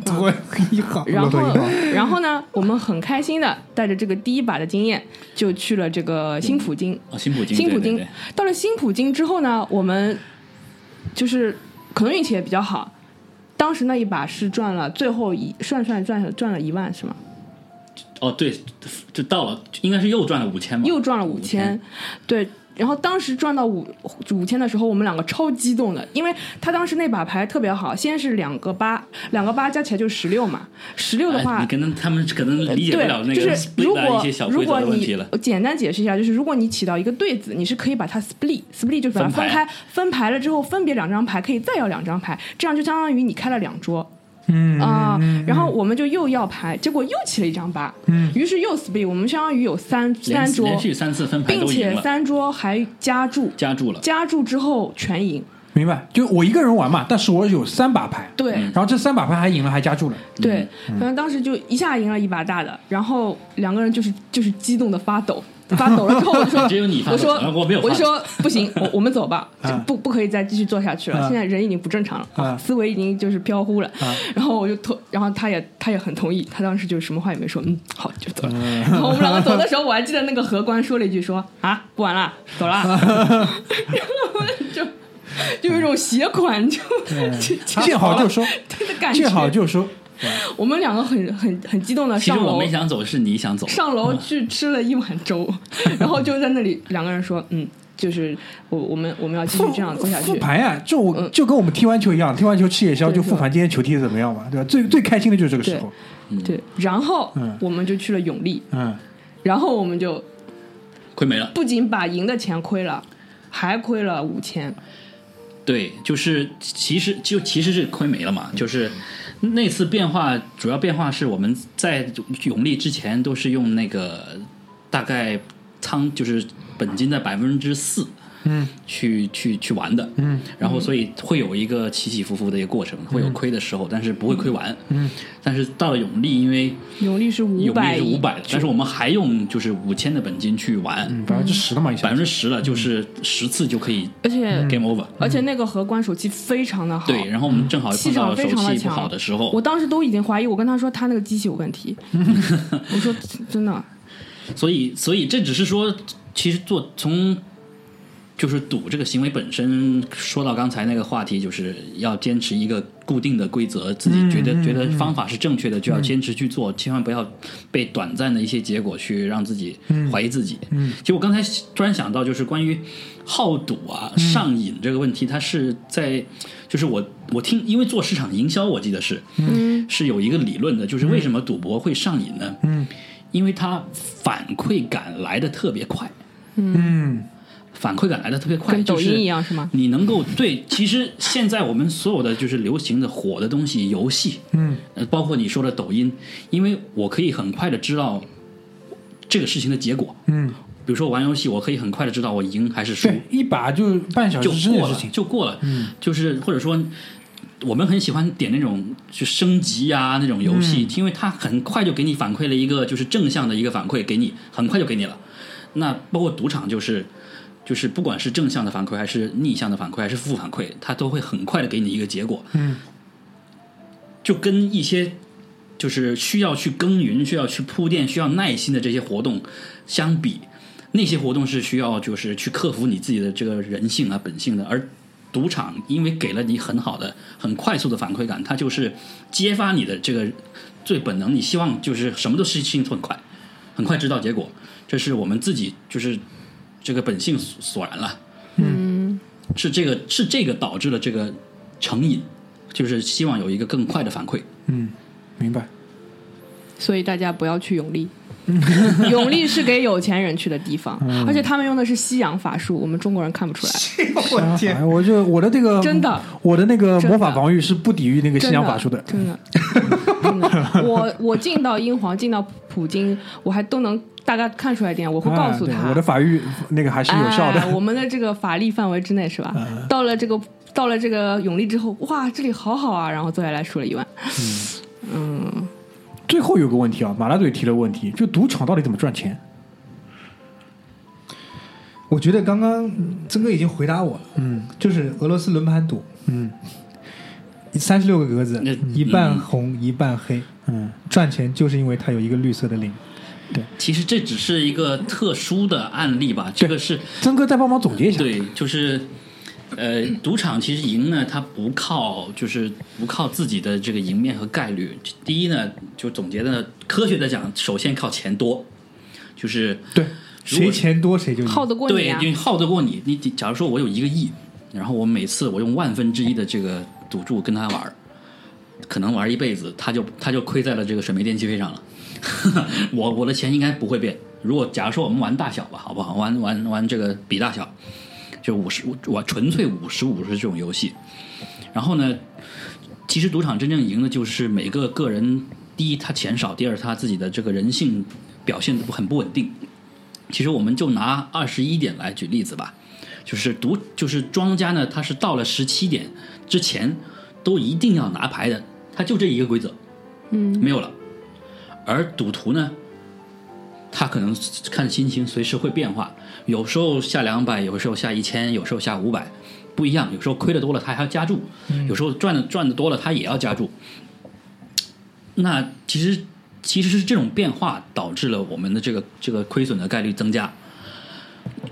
S2: 多一好，
S4: 然后
S1: 骆驼一号，
S4: 然后呢，我们很开心的带着这个第一把的经验，就去了这个新普京。
S3: 哦新普京，
S4: 新
S3: 对
S4: 普
S3: 对
S4: 京
S3: 对
S4: 到了新普京之后呢，我们就是可能运气也比较好，当时那一把是赚了，最后一算算赚赚了一万是吗？
S3: 哦对，就到了，应该是又赚了五千嘛，
S4: 又赚了
S3: 五
S4: 五千，对。然后当时赚到五五千的时候，我们两个超激动的，因为他当时那把牌特别好，先是两个八，两个八加起来就十六嘛，十六的话，
S3: 哎你可能他们可能理解不了那
S4: 对，就
S3: 个
S4: 是
S3: split
S4: 如
S3: 的一
S4: 果
S3: 些小
S4: 如
S3: 规则
S4: 果
S3: 的问题
S4: 你
S3: 了。
S4: 我简单解释一下，就是如果你起到一个对子，你是可以把它 split split 就把它
S3: 分
S4: 分
S3: 牌
S4: 开分牌了之后，分别两张牌可以再要两张牌，这样就相当于你开了两桌。
S1: 嗯
S4: 啊、然后我们就又要牌，结果又起了一张八，嗯，于是又 split，我们相当于有三
S3: 连
S4: 三桌
S3: 连，续三次分牌
S4: 并
S3: 都赢
S4: 且
S3: 了，
S4: 三桌还加注，
S3: 加注了。
S4: 加注之后全赢，
S1: 明白，就我一个人玩嘛，但是我有三把牌，
S4: 对，
S3: 嗯
S1: 然后这三把牌还赢了，还加注了，
S4: 对，
S1: 嗯
S4: 反正当时就一下赢了一把大的，然后两个人就是 就是激动的 发抖，发抖了之后我就 说，
S3: 只有你发抖
S4: 我说
S3: 我没有
S4: 我就
S3: 发抖
S4: 说 不行，我我们走吧，这
S1: 啊
S4: 不不可以再继续做下去了，
S1: 啊
S4: 现在人已经不正常了，
S1: 啊
S4: 思维已经就是飘忽了，然后我就同，然后他也他也很同意，他当时就什么话也没说，嗯，好就走了， 然后我们两个走的时候，我还记得那个荷官说了一句说啊不玩了，走了，然后我就就有一种携款就就就
S1: 见嗯好 就收，
S4: 的感觉，
S1: 见好就收。
S4: 我们两个很很很激动的
S3: 其实
S4: 上
S3: 我
S4: 楼
S3: 没，想走，嗯是你想走。
S4: 上楼去吃了一碗粥， 然后就在那里两个人说，嗯，就是我我们我们要继续这样做下
S1: 复
S4: 去。
S1: 盘呀、就我
S4: 嗯
S1: 就跟我们踢完球一样，踢完球吃夜宵
S4: 对
S1: 就复盘今天球踢的怎么样嘛，对吧？最最开心的就是这个时候，
S4: 对，然后
S1: 嗯
S4: 我们就去了永利，
S1: 嗯，
S4: 然后我们就
S3: 亏没了。
S4: 不仅把赢的钱亏了，还亏了五千。
S3: 对，就是其实就其实是亏没了嘛，就是那次变化主要变化是我们在永利之前都是用那个大概仓就是本金的百分之四。嗯，去去去玩的，嗯，然后所以会有一个起起伏伏的一个过程，会有亏的时候，但是不会亏完，嗯，但是到了永利，因为
S4: 永利是五
S3: 永利
S4: 百
S3: 是五百，但是我们还用就是五千的本金去玩，
S1: 百分之十了嘛，一下
S3: 百分之十了，就是十次就可以
S4: 而且、
S3: game over，
S4: 而且那个荷官手气非常的好，嗯
S3: 对，然后我们正好
S4: 气
S3: 碰到
S4: 场
S3: 手
S4: 非常的
S3: 气不
S4: 强
S3: 好的时候，
S4: 我当时都已经怀疑，我跟他说他那个机器有问 题，我说真的，
S3: 所以所以这只是说，其实做从就是赌这个行为本身，说到刚才那个话题，就是要坚持一个固定的规则，自己觉得、觉得方法是正确的，就要坚持去做，千万不要被短暂的一些结果去让自己怀疑自己。嗯，其实我刚才突然想到，就是关于好赌啊、上瘾这个问题，它是在就是我我听，因为做市场营销，我记得是
S4: 嗯
S3: 是有一个理论的，就是为什么赌博会上瘾呢？嗯，因为它反馈感来的特别快，
S1: 嗯，
S3: 反馈感来的特别快，
S4: 跟抖
S3: 就
S4: 音
S3: 是
S4: 一样是吗？
S3: 你能够对，其实现在我们所有的就是流行的火的呃东西，游戏，嗯，包括你说的抖音，因为我可以很快的知道这个事情的结果。
S1: 嗯，
S3: 比如说玩游戏，我可以很快的知道我赢还是输，
S1: 对，一把就半小
S3: 就
S1: 时之内的
S3: 过
S1: 事
S3: 了
S1: 情，，嗯
S3: 就过了。就是或者说，我们很喜欢点那种就升级呀、那种游
S1: 嗯
S3: 戏，因为它很快就给你反馈了一个就是正向的一个反馈，给你很快就给你了。那包括赌场就是。就是不管是正向的反馈，还是逆向的反馈，还是负反馈，它都会很快的给你一个结果。
S1: 嗯，
S3: 就跟一些就是需要去耕耘、需要去铺垫、需要耐心的这些活动相比，那些活动是需要就是去克服你自己的这个人性啊、本性的，而赌场因为给了你很好的、很快速的反馈感，它就是揭发你的这个最本能，你希望就是什么都事情都很快，很快知道结果，这是我们自己就是这个本性所所然了。嗯，是这个是这个导致了这个成瘾，就是希望有一个更快的反馈。
S1: 嗯，明白。
S4: 所以大家不要去永利。 永利是给有钱人去的地方，
S1: 嗯
S4: 而且他们用的是西洋法术，我们中国人看不出来。
S2: 我的 天
S1: 哎，，我就我的这个
S4: 真的，
S1: 我的那个
S4: 真
S1: 魔
S4: 的
S1: 法防御是不抵御那个西洋法术的。
S4: 真的，真的，真的我我进到英皇，进到普京，我还都能大概看出来点，我会告诉
S1: 哎对
S4: 他，
S1: 我的法御那个还是有效的。嗯
S4: 哎我们的这个法力范围之内是吧？到了这个到了这个永利之后，哇，这里好好啊，然后坐下来输了一万。
S1: 最后有个问题啊，马拉嘴提了个问题，就赌场到底怎么赚钱？
S2: 我觉得刚刚曾哥已经回答我了，嗯，就是俄罗斯轮盘赌，
S1: 嗯
S2: 三十六个格子
S3: 那，嗯
S2: 一半红一半黑，
S1: 嗯，
S2: 赚钱就是因为它有一个绿色的零。
S3: 其实这只是一个特殊的案例吧，这个是
S1: 曾哥再帮忙总结一下。
S3: 对，就是呃，赌场其实赢呢，它不靠就是不靠自己的这个赢面和概率。第一呢，就总结的科学的讲，首先靠钱多，就是
S1: 对
S3: 如果
S2: 谁钱多谁就赢。
S4: 耗得过你
S3: 对，
S4: 啊
S3: 因！为耗得过你。你你假如说我有一个亿，然后我每次我用万分之一的这个赌注跟他玩儿，可能玩儿一辈子，他就他就亏在了这个水煤电气费上了。 我我的钱应该不会变。如果假如说我们玩大小吧，好不好？玩玩玩这个比大小，就五十，我纯粹五十五十这种游戏。然后呢，其实赌场真正赢的就是每个个人，第一他钱少，第二他自己的这个人性表现很不稳定。其实我们就拿二十一点来举例子吧，就是独就是庄家呢，他是到了十七点之前都一定要拿牌的，他就这一个规则，嗯，没有了。而赌徒呢，他可能看心情随时会变化，有时候下两百，有时候下一千，有时候下五百，不一样。有时候亏的多了，他还要加注；有时候赚的赚的多了，他也要加注。那其实其实是这种变化导致了我们的这个这个亏损的概率增加，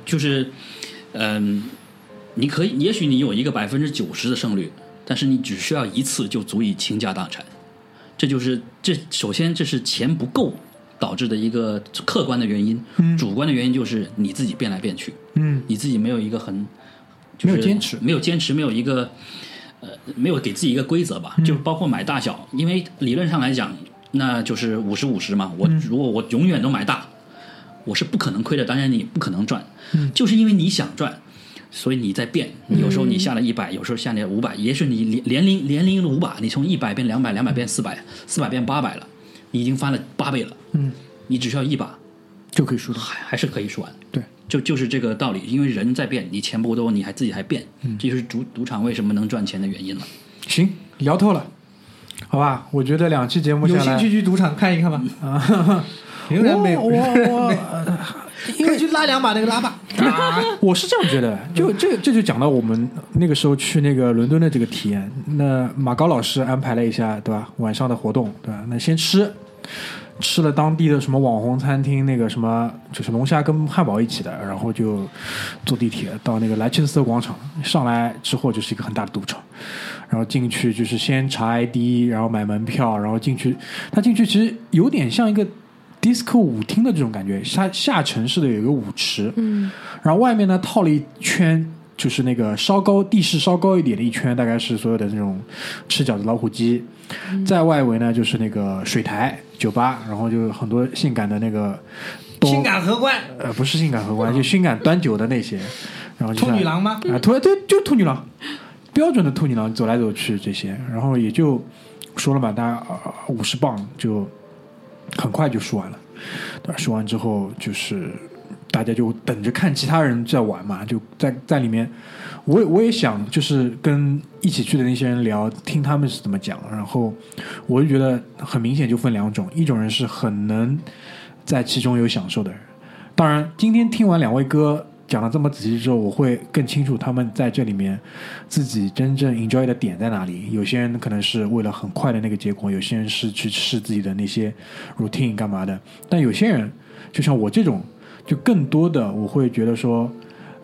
S3: 就是嗯、你可以也许你有一个百分之九十的胜率，但是你只需要一次就足以倾家荡产。这就是这首先这是钱不够导致的一个客观的原因，主观的原因就是你自己变来变去，
S1: 嗯，
S3: 你自己没有一个很、就是、
S1: 没有坚持
S3: 没有坚持，没有一个呃，没有给自己一个规则吧，
S1: 嗯
S3: 就是包括买大小，因为理论上来讲，那就是五十五十嘛。
S1: 嗯
S3: 我如果我永远都买大，我是不可能亏的，当然你不可能赚，
S1: 嗯
S3: 就是因为你想赚。所以你在变，你有时候你下了
S1: 嗯
S3: 一百、有时候下了五百，也许你连连零连零五百，你从一百变两百，两百变四百，四百变八百了，你已经翻了八倍了。嗯，你只需要一把，
S1: 就可以输的。
S3: 还还是可以输完。
S1: 对，
S3: 就就是这个道理，因为人在变，你钱不多，你还自己还变，
S4: 嗯
S3: 这就是赌赌场为什么能赚钱的原因了。
S1: 行，聊透了，好吧？我觉得两期节目下
S2: 有
S1: 来，
S2: 兴趣去赌场看一看吧。啊，仍然没，
S1: 我我我
S2: 呃因为去拉两把那个 拉把，
S1: 啊我是这样觉得，就这这就讲到我们那个时候去那个伦敦的这个体验。那马高老师安排了一下，对吧？晚上的活动，对吧？那先吃，吃了当地的什么网红餐厅，那个什么就是龙虾跟汉堡一起的，然后就坐地铁到那个莱切斯特广场，上来之后就是一个很大的赌场，然后进去就是先查 ID，然后买门票，然后进去，他进去其实有点像一个 disco 舞厅的这种感觉，下下沉式的有一个舞池，
S4: 嗯，
S1: 然后外面呢套了一圈，就是那个稍高地势稍高一点的一圈，大概是所有的那种吃饺子老虎机。
S2: 嗯
S1: 在外围呢就是那个水台酒吧，然后就很多性感的那个东
S2: 性感荷官，
S1: 呃不是性感荷官，就性感端酒的那些，然后就
S2: 兔
S1: 像
S2: 女郎吗？
S1: 啊，兔对，就兔女郎，标准的兔女郎走来走去这些，然后也就说了嘛，大概五十磅就很快就输完了。对吧？说完之后，就是大家就等着看其他人在玩嘛，就在在里面，我也我也想就是跟一起去的那些人聊，听他们是怎么讲，然后我就觉得很明显就分两种，一种人是很能在其中有享受的人，当然今天听完两位哥。讲的这么仔细之后，我会更清楚他们在这里面自己真正 enjoy 的点在哪里。有些人可能是为了很快的那个结果，有些人是去试自己的那些 routine 干嘛的。但有些人，就像我这种，就更多的我会觉得说，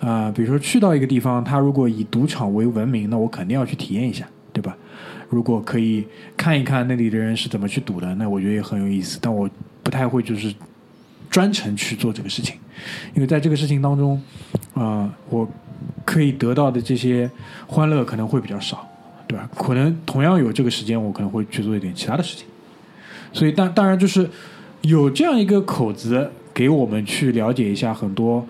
S1: 啊、比如说去到一个地方，它如果以赌场为文明，那我肯定要去体验一下，对吧？如果可以看一看那里的人是怎么去赌的，那我觉得也很有意思。但我不太会就是专程去做这个事情，因为在这个事情当中，啊、我可以得到的这些欢乐可能会比较少，对吧？可能同样有这个时间，我可能会去做一点其他的事情。所以当当然就是有这样一个口子，给我们去了解一下很多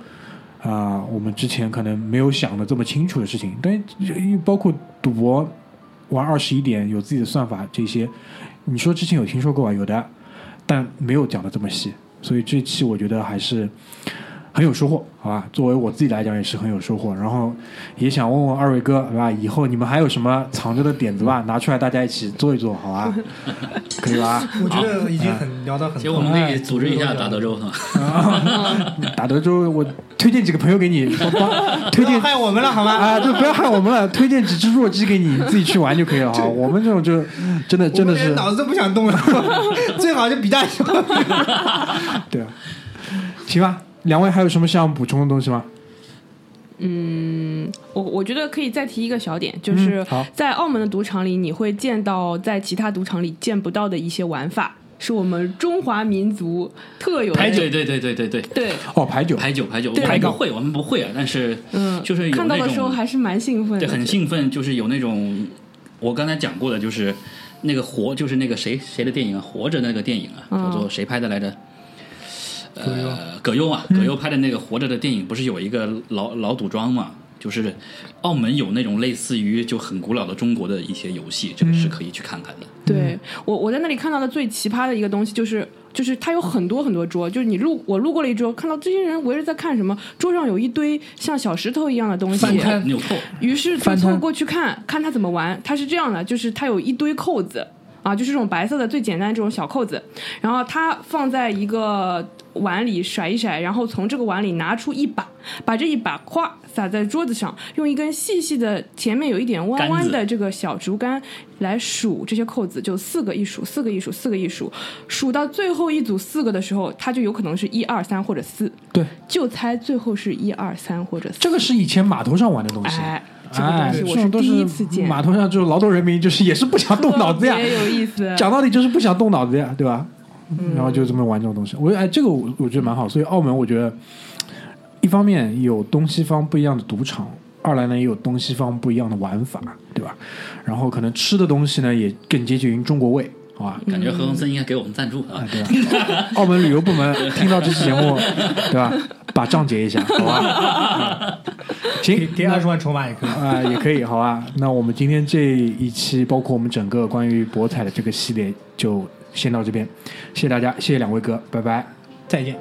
S1: 啊、我们之前可能没有想的这么清楚的事情。但因为包括赌博、玩二十一点、有自己的算法这些，你说之前有听说过啊？有的，但没有讲的这么细。所以这期我觉得还是很有收获，好吧？作为我自己来讲也是很有收获。然后也想问问二位哥，好吧？以后你们还有什么藏着的点子吧？拿出来大家一起做一做，好吧？可以吧？
S2: 我觉得已经很聊到很，
S3: 其实我们可以组织一下打德州哈，
S1: 打德州，我推荐几个朋友给你，帮帮推
S2: 不要
S1: 荐
S2: 害我们了好吗？
S1: 啊，就不要害我们了，推荐几只弱鸡给你，你自己去玩就可以了哈。我们这种就真的真的
S2: 我们
S1: 是
S2: 连脑子都不想动了，最好就比大小。
S1: 对啊，行吧。两位还有什么想补充的东西吗？
S4: 我我觉得可以再提一个小点，就是
S1: 嗯好
S4: 在澳门的赌场里，你会见到在其他赌场里见不到的一些玩法，是我们中华民族特有的。
S3: 排对对对对对对，
S4: 对，
S1: 哦，牌九，
S3: 排酒排酒，
S4: 对
S3: 排不会，我们不会啊，但是
S4: 嗯，
S3: 就是有
S4: 看到
S3: 那
S4: 的时候
S3: 种
S4: 还是蛮兴奋的，
S3: 对很兴奋，就是有那种我刚才讲过的，就是那个活，就是那个谁谁的电影啊，活着那个电影啊，
S4: 嗯
S3: 叫做谁拍的来着？呃，葛优啊，葛优拍的那个《活着》的电影，不是有一个老老赌庄嘛？就是澳门有那种类似于就很古老的中国的一些游戏，这个是可以去看看的。
S4: 对我我在那里看到的最奇葩的一个东西就是。就是它有很多很多桌，就是你路我路过了一桌，看到这些人围着在看什么，桌上有一堆像小石头一样的东西，
S3: 纽扣，
S4: 于是就
S1: 翻
S4: 凑
S1: 摊
S4: 过去看看他怎么玩。他是这样的，就是他有一堆扣子啊，就是这种白色的最简单的这种小扣子，然后他放在一个碗里甩一甩，然后从这个碗里拿出一把，把这一把咵撒在桌子上，用一根细细的前面有一点弯弯
S3: 杆
S4: 的这个小竹竿来数这些扣子，就四个一数，四个一数，四个一数，数到最后一组四个的时候，它就有可能是一二三或者四，
S1: 对，
S4: 就猜最后是一二三或者四。
S1: 这个是以前码头上玩的东西。
S4: 哎，这个
S1: 哎，
S4: 东西
S1: 这
S4: 我
S1: 种都
S4: 第一次
S1: 是
S4: 见，
S1: 码头上就是劳动人民，就是也是不想动脑子呀
S4: 特。别有意思。
S1: 讲道理就是不想动脑子呀，对吧？然后就这么玩这种东西，我觉得哎，这个我我觉得蛮好。所以澳门，我觉得一方面有东西方不一样的赌场，二来呢也有东西方不一样的玩法，对吧？然后可能吃的东西呢也更接近于中国味，好吧？
S3: 感觉何鸿燊应该给我们赞助啊
S1: 啊，。对吧？澳门旅游部门听到这期节目，对吧？把账结一下，好吧？行，
S2: 给二十万筹码也可以。
S1: 啊、也可以，好吧。那我们今天这一期，包括我们整个关于博彩的这个系列，就先到这边。谢谢大家，谢谢两位哥，拜拜。
S2: 再见。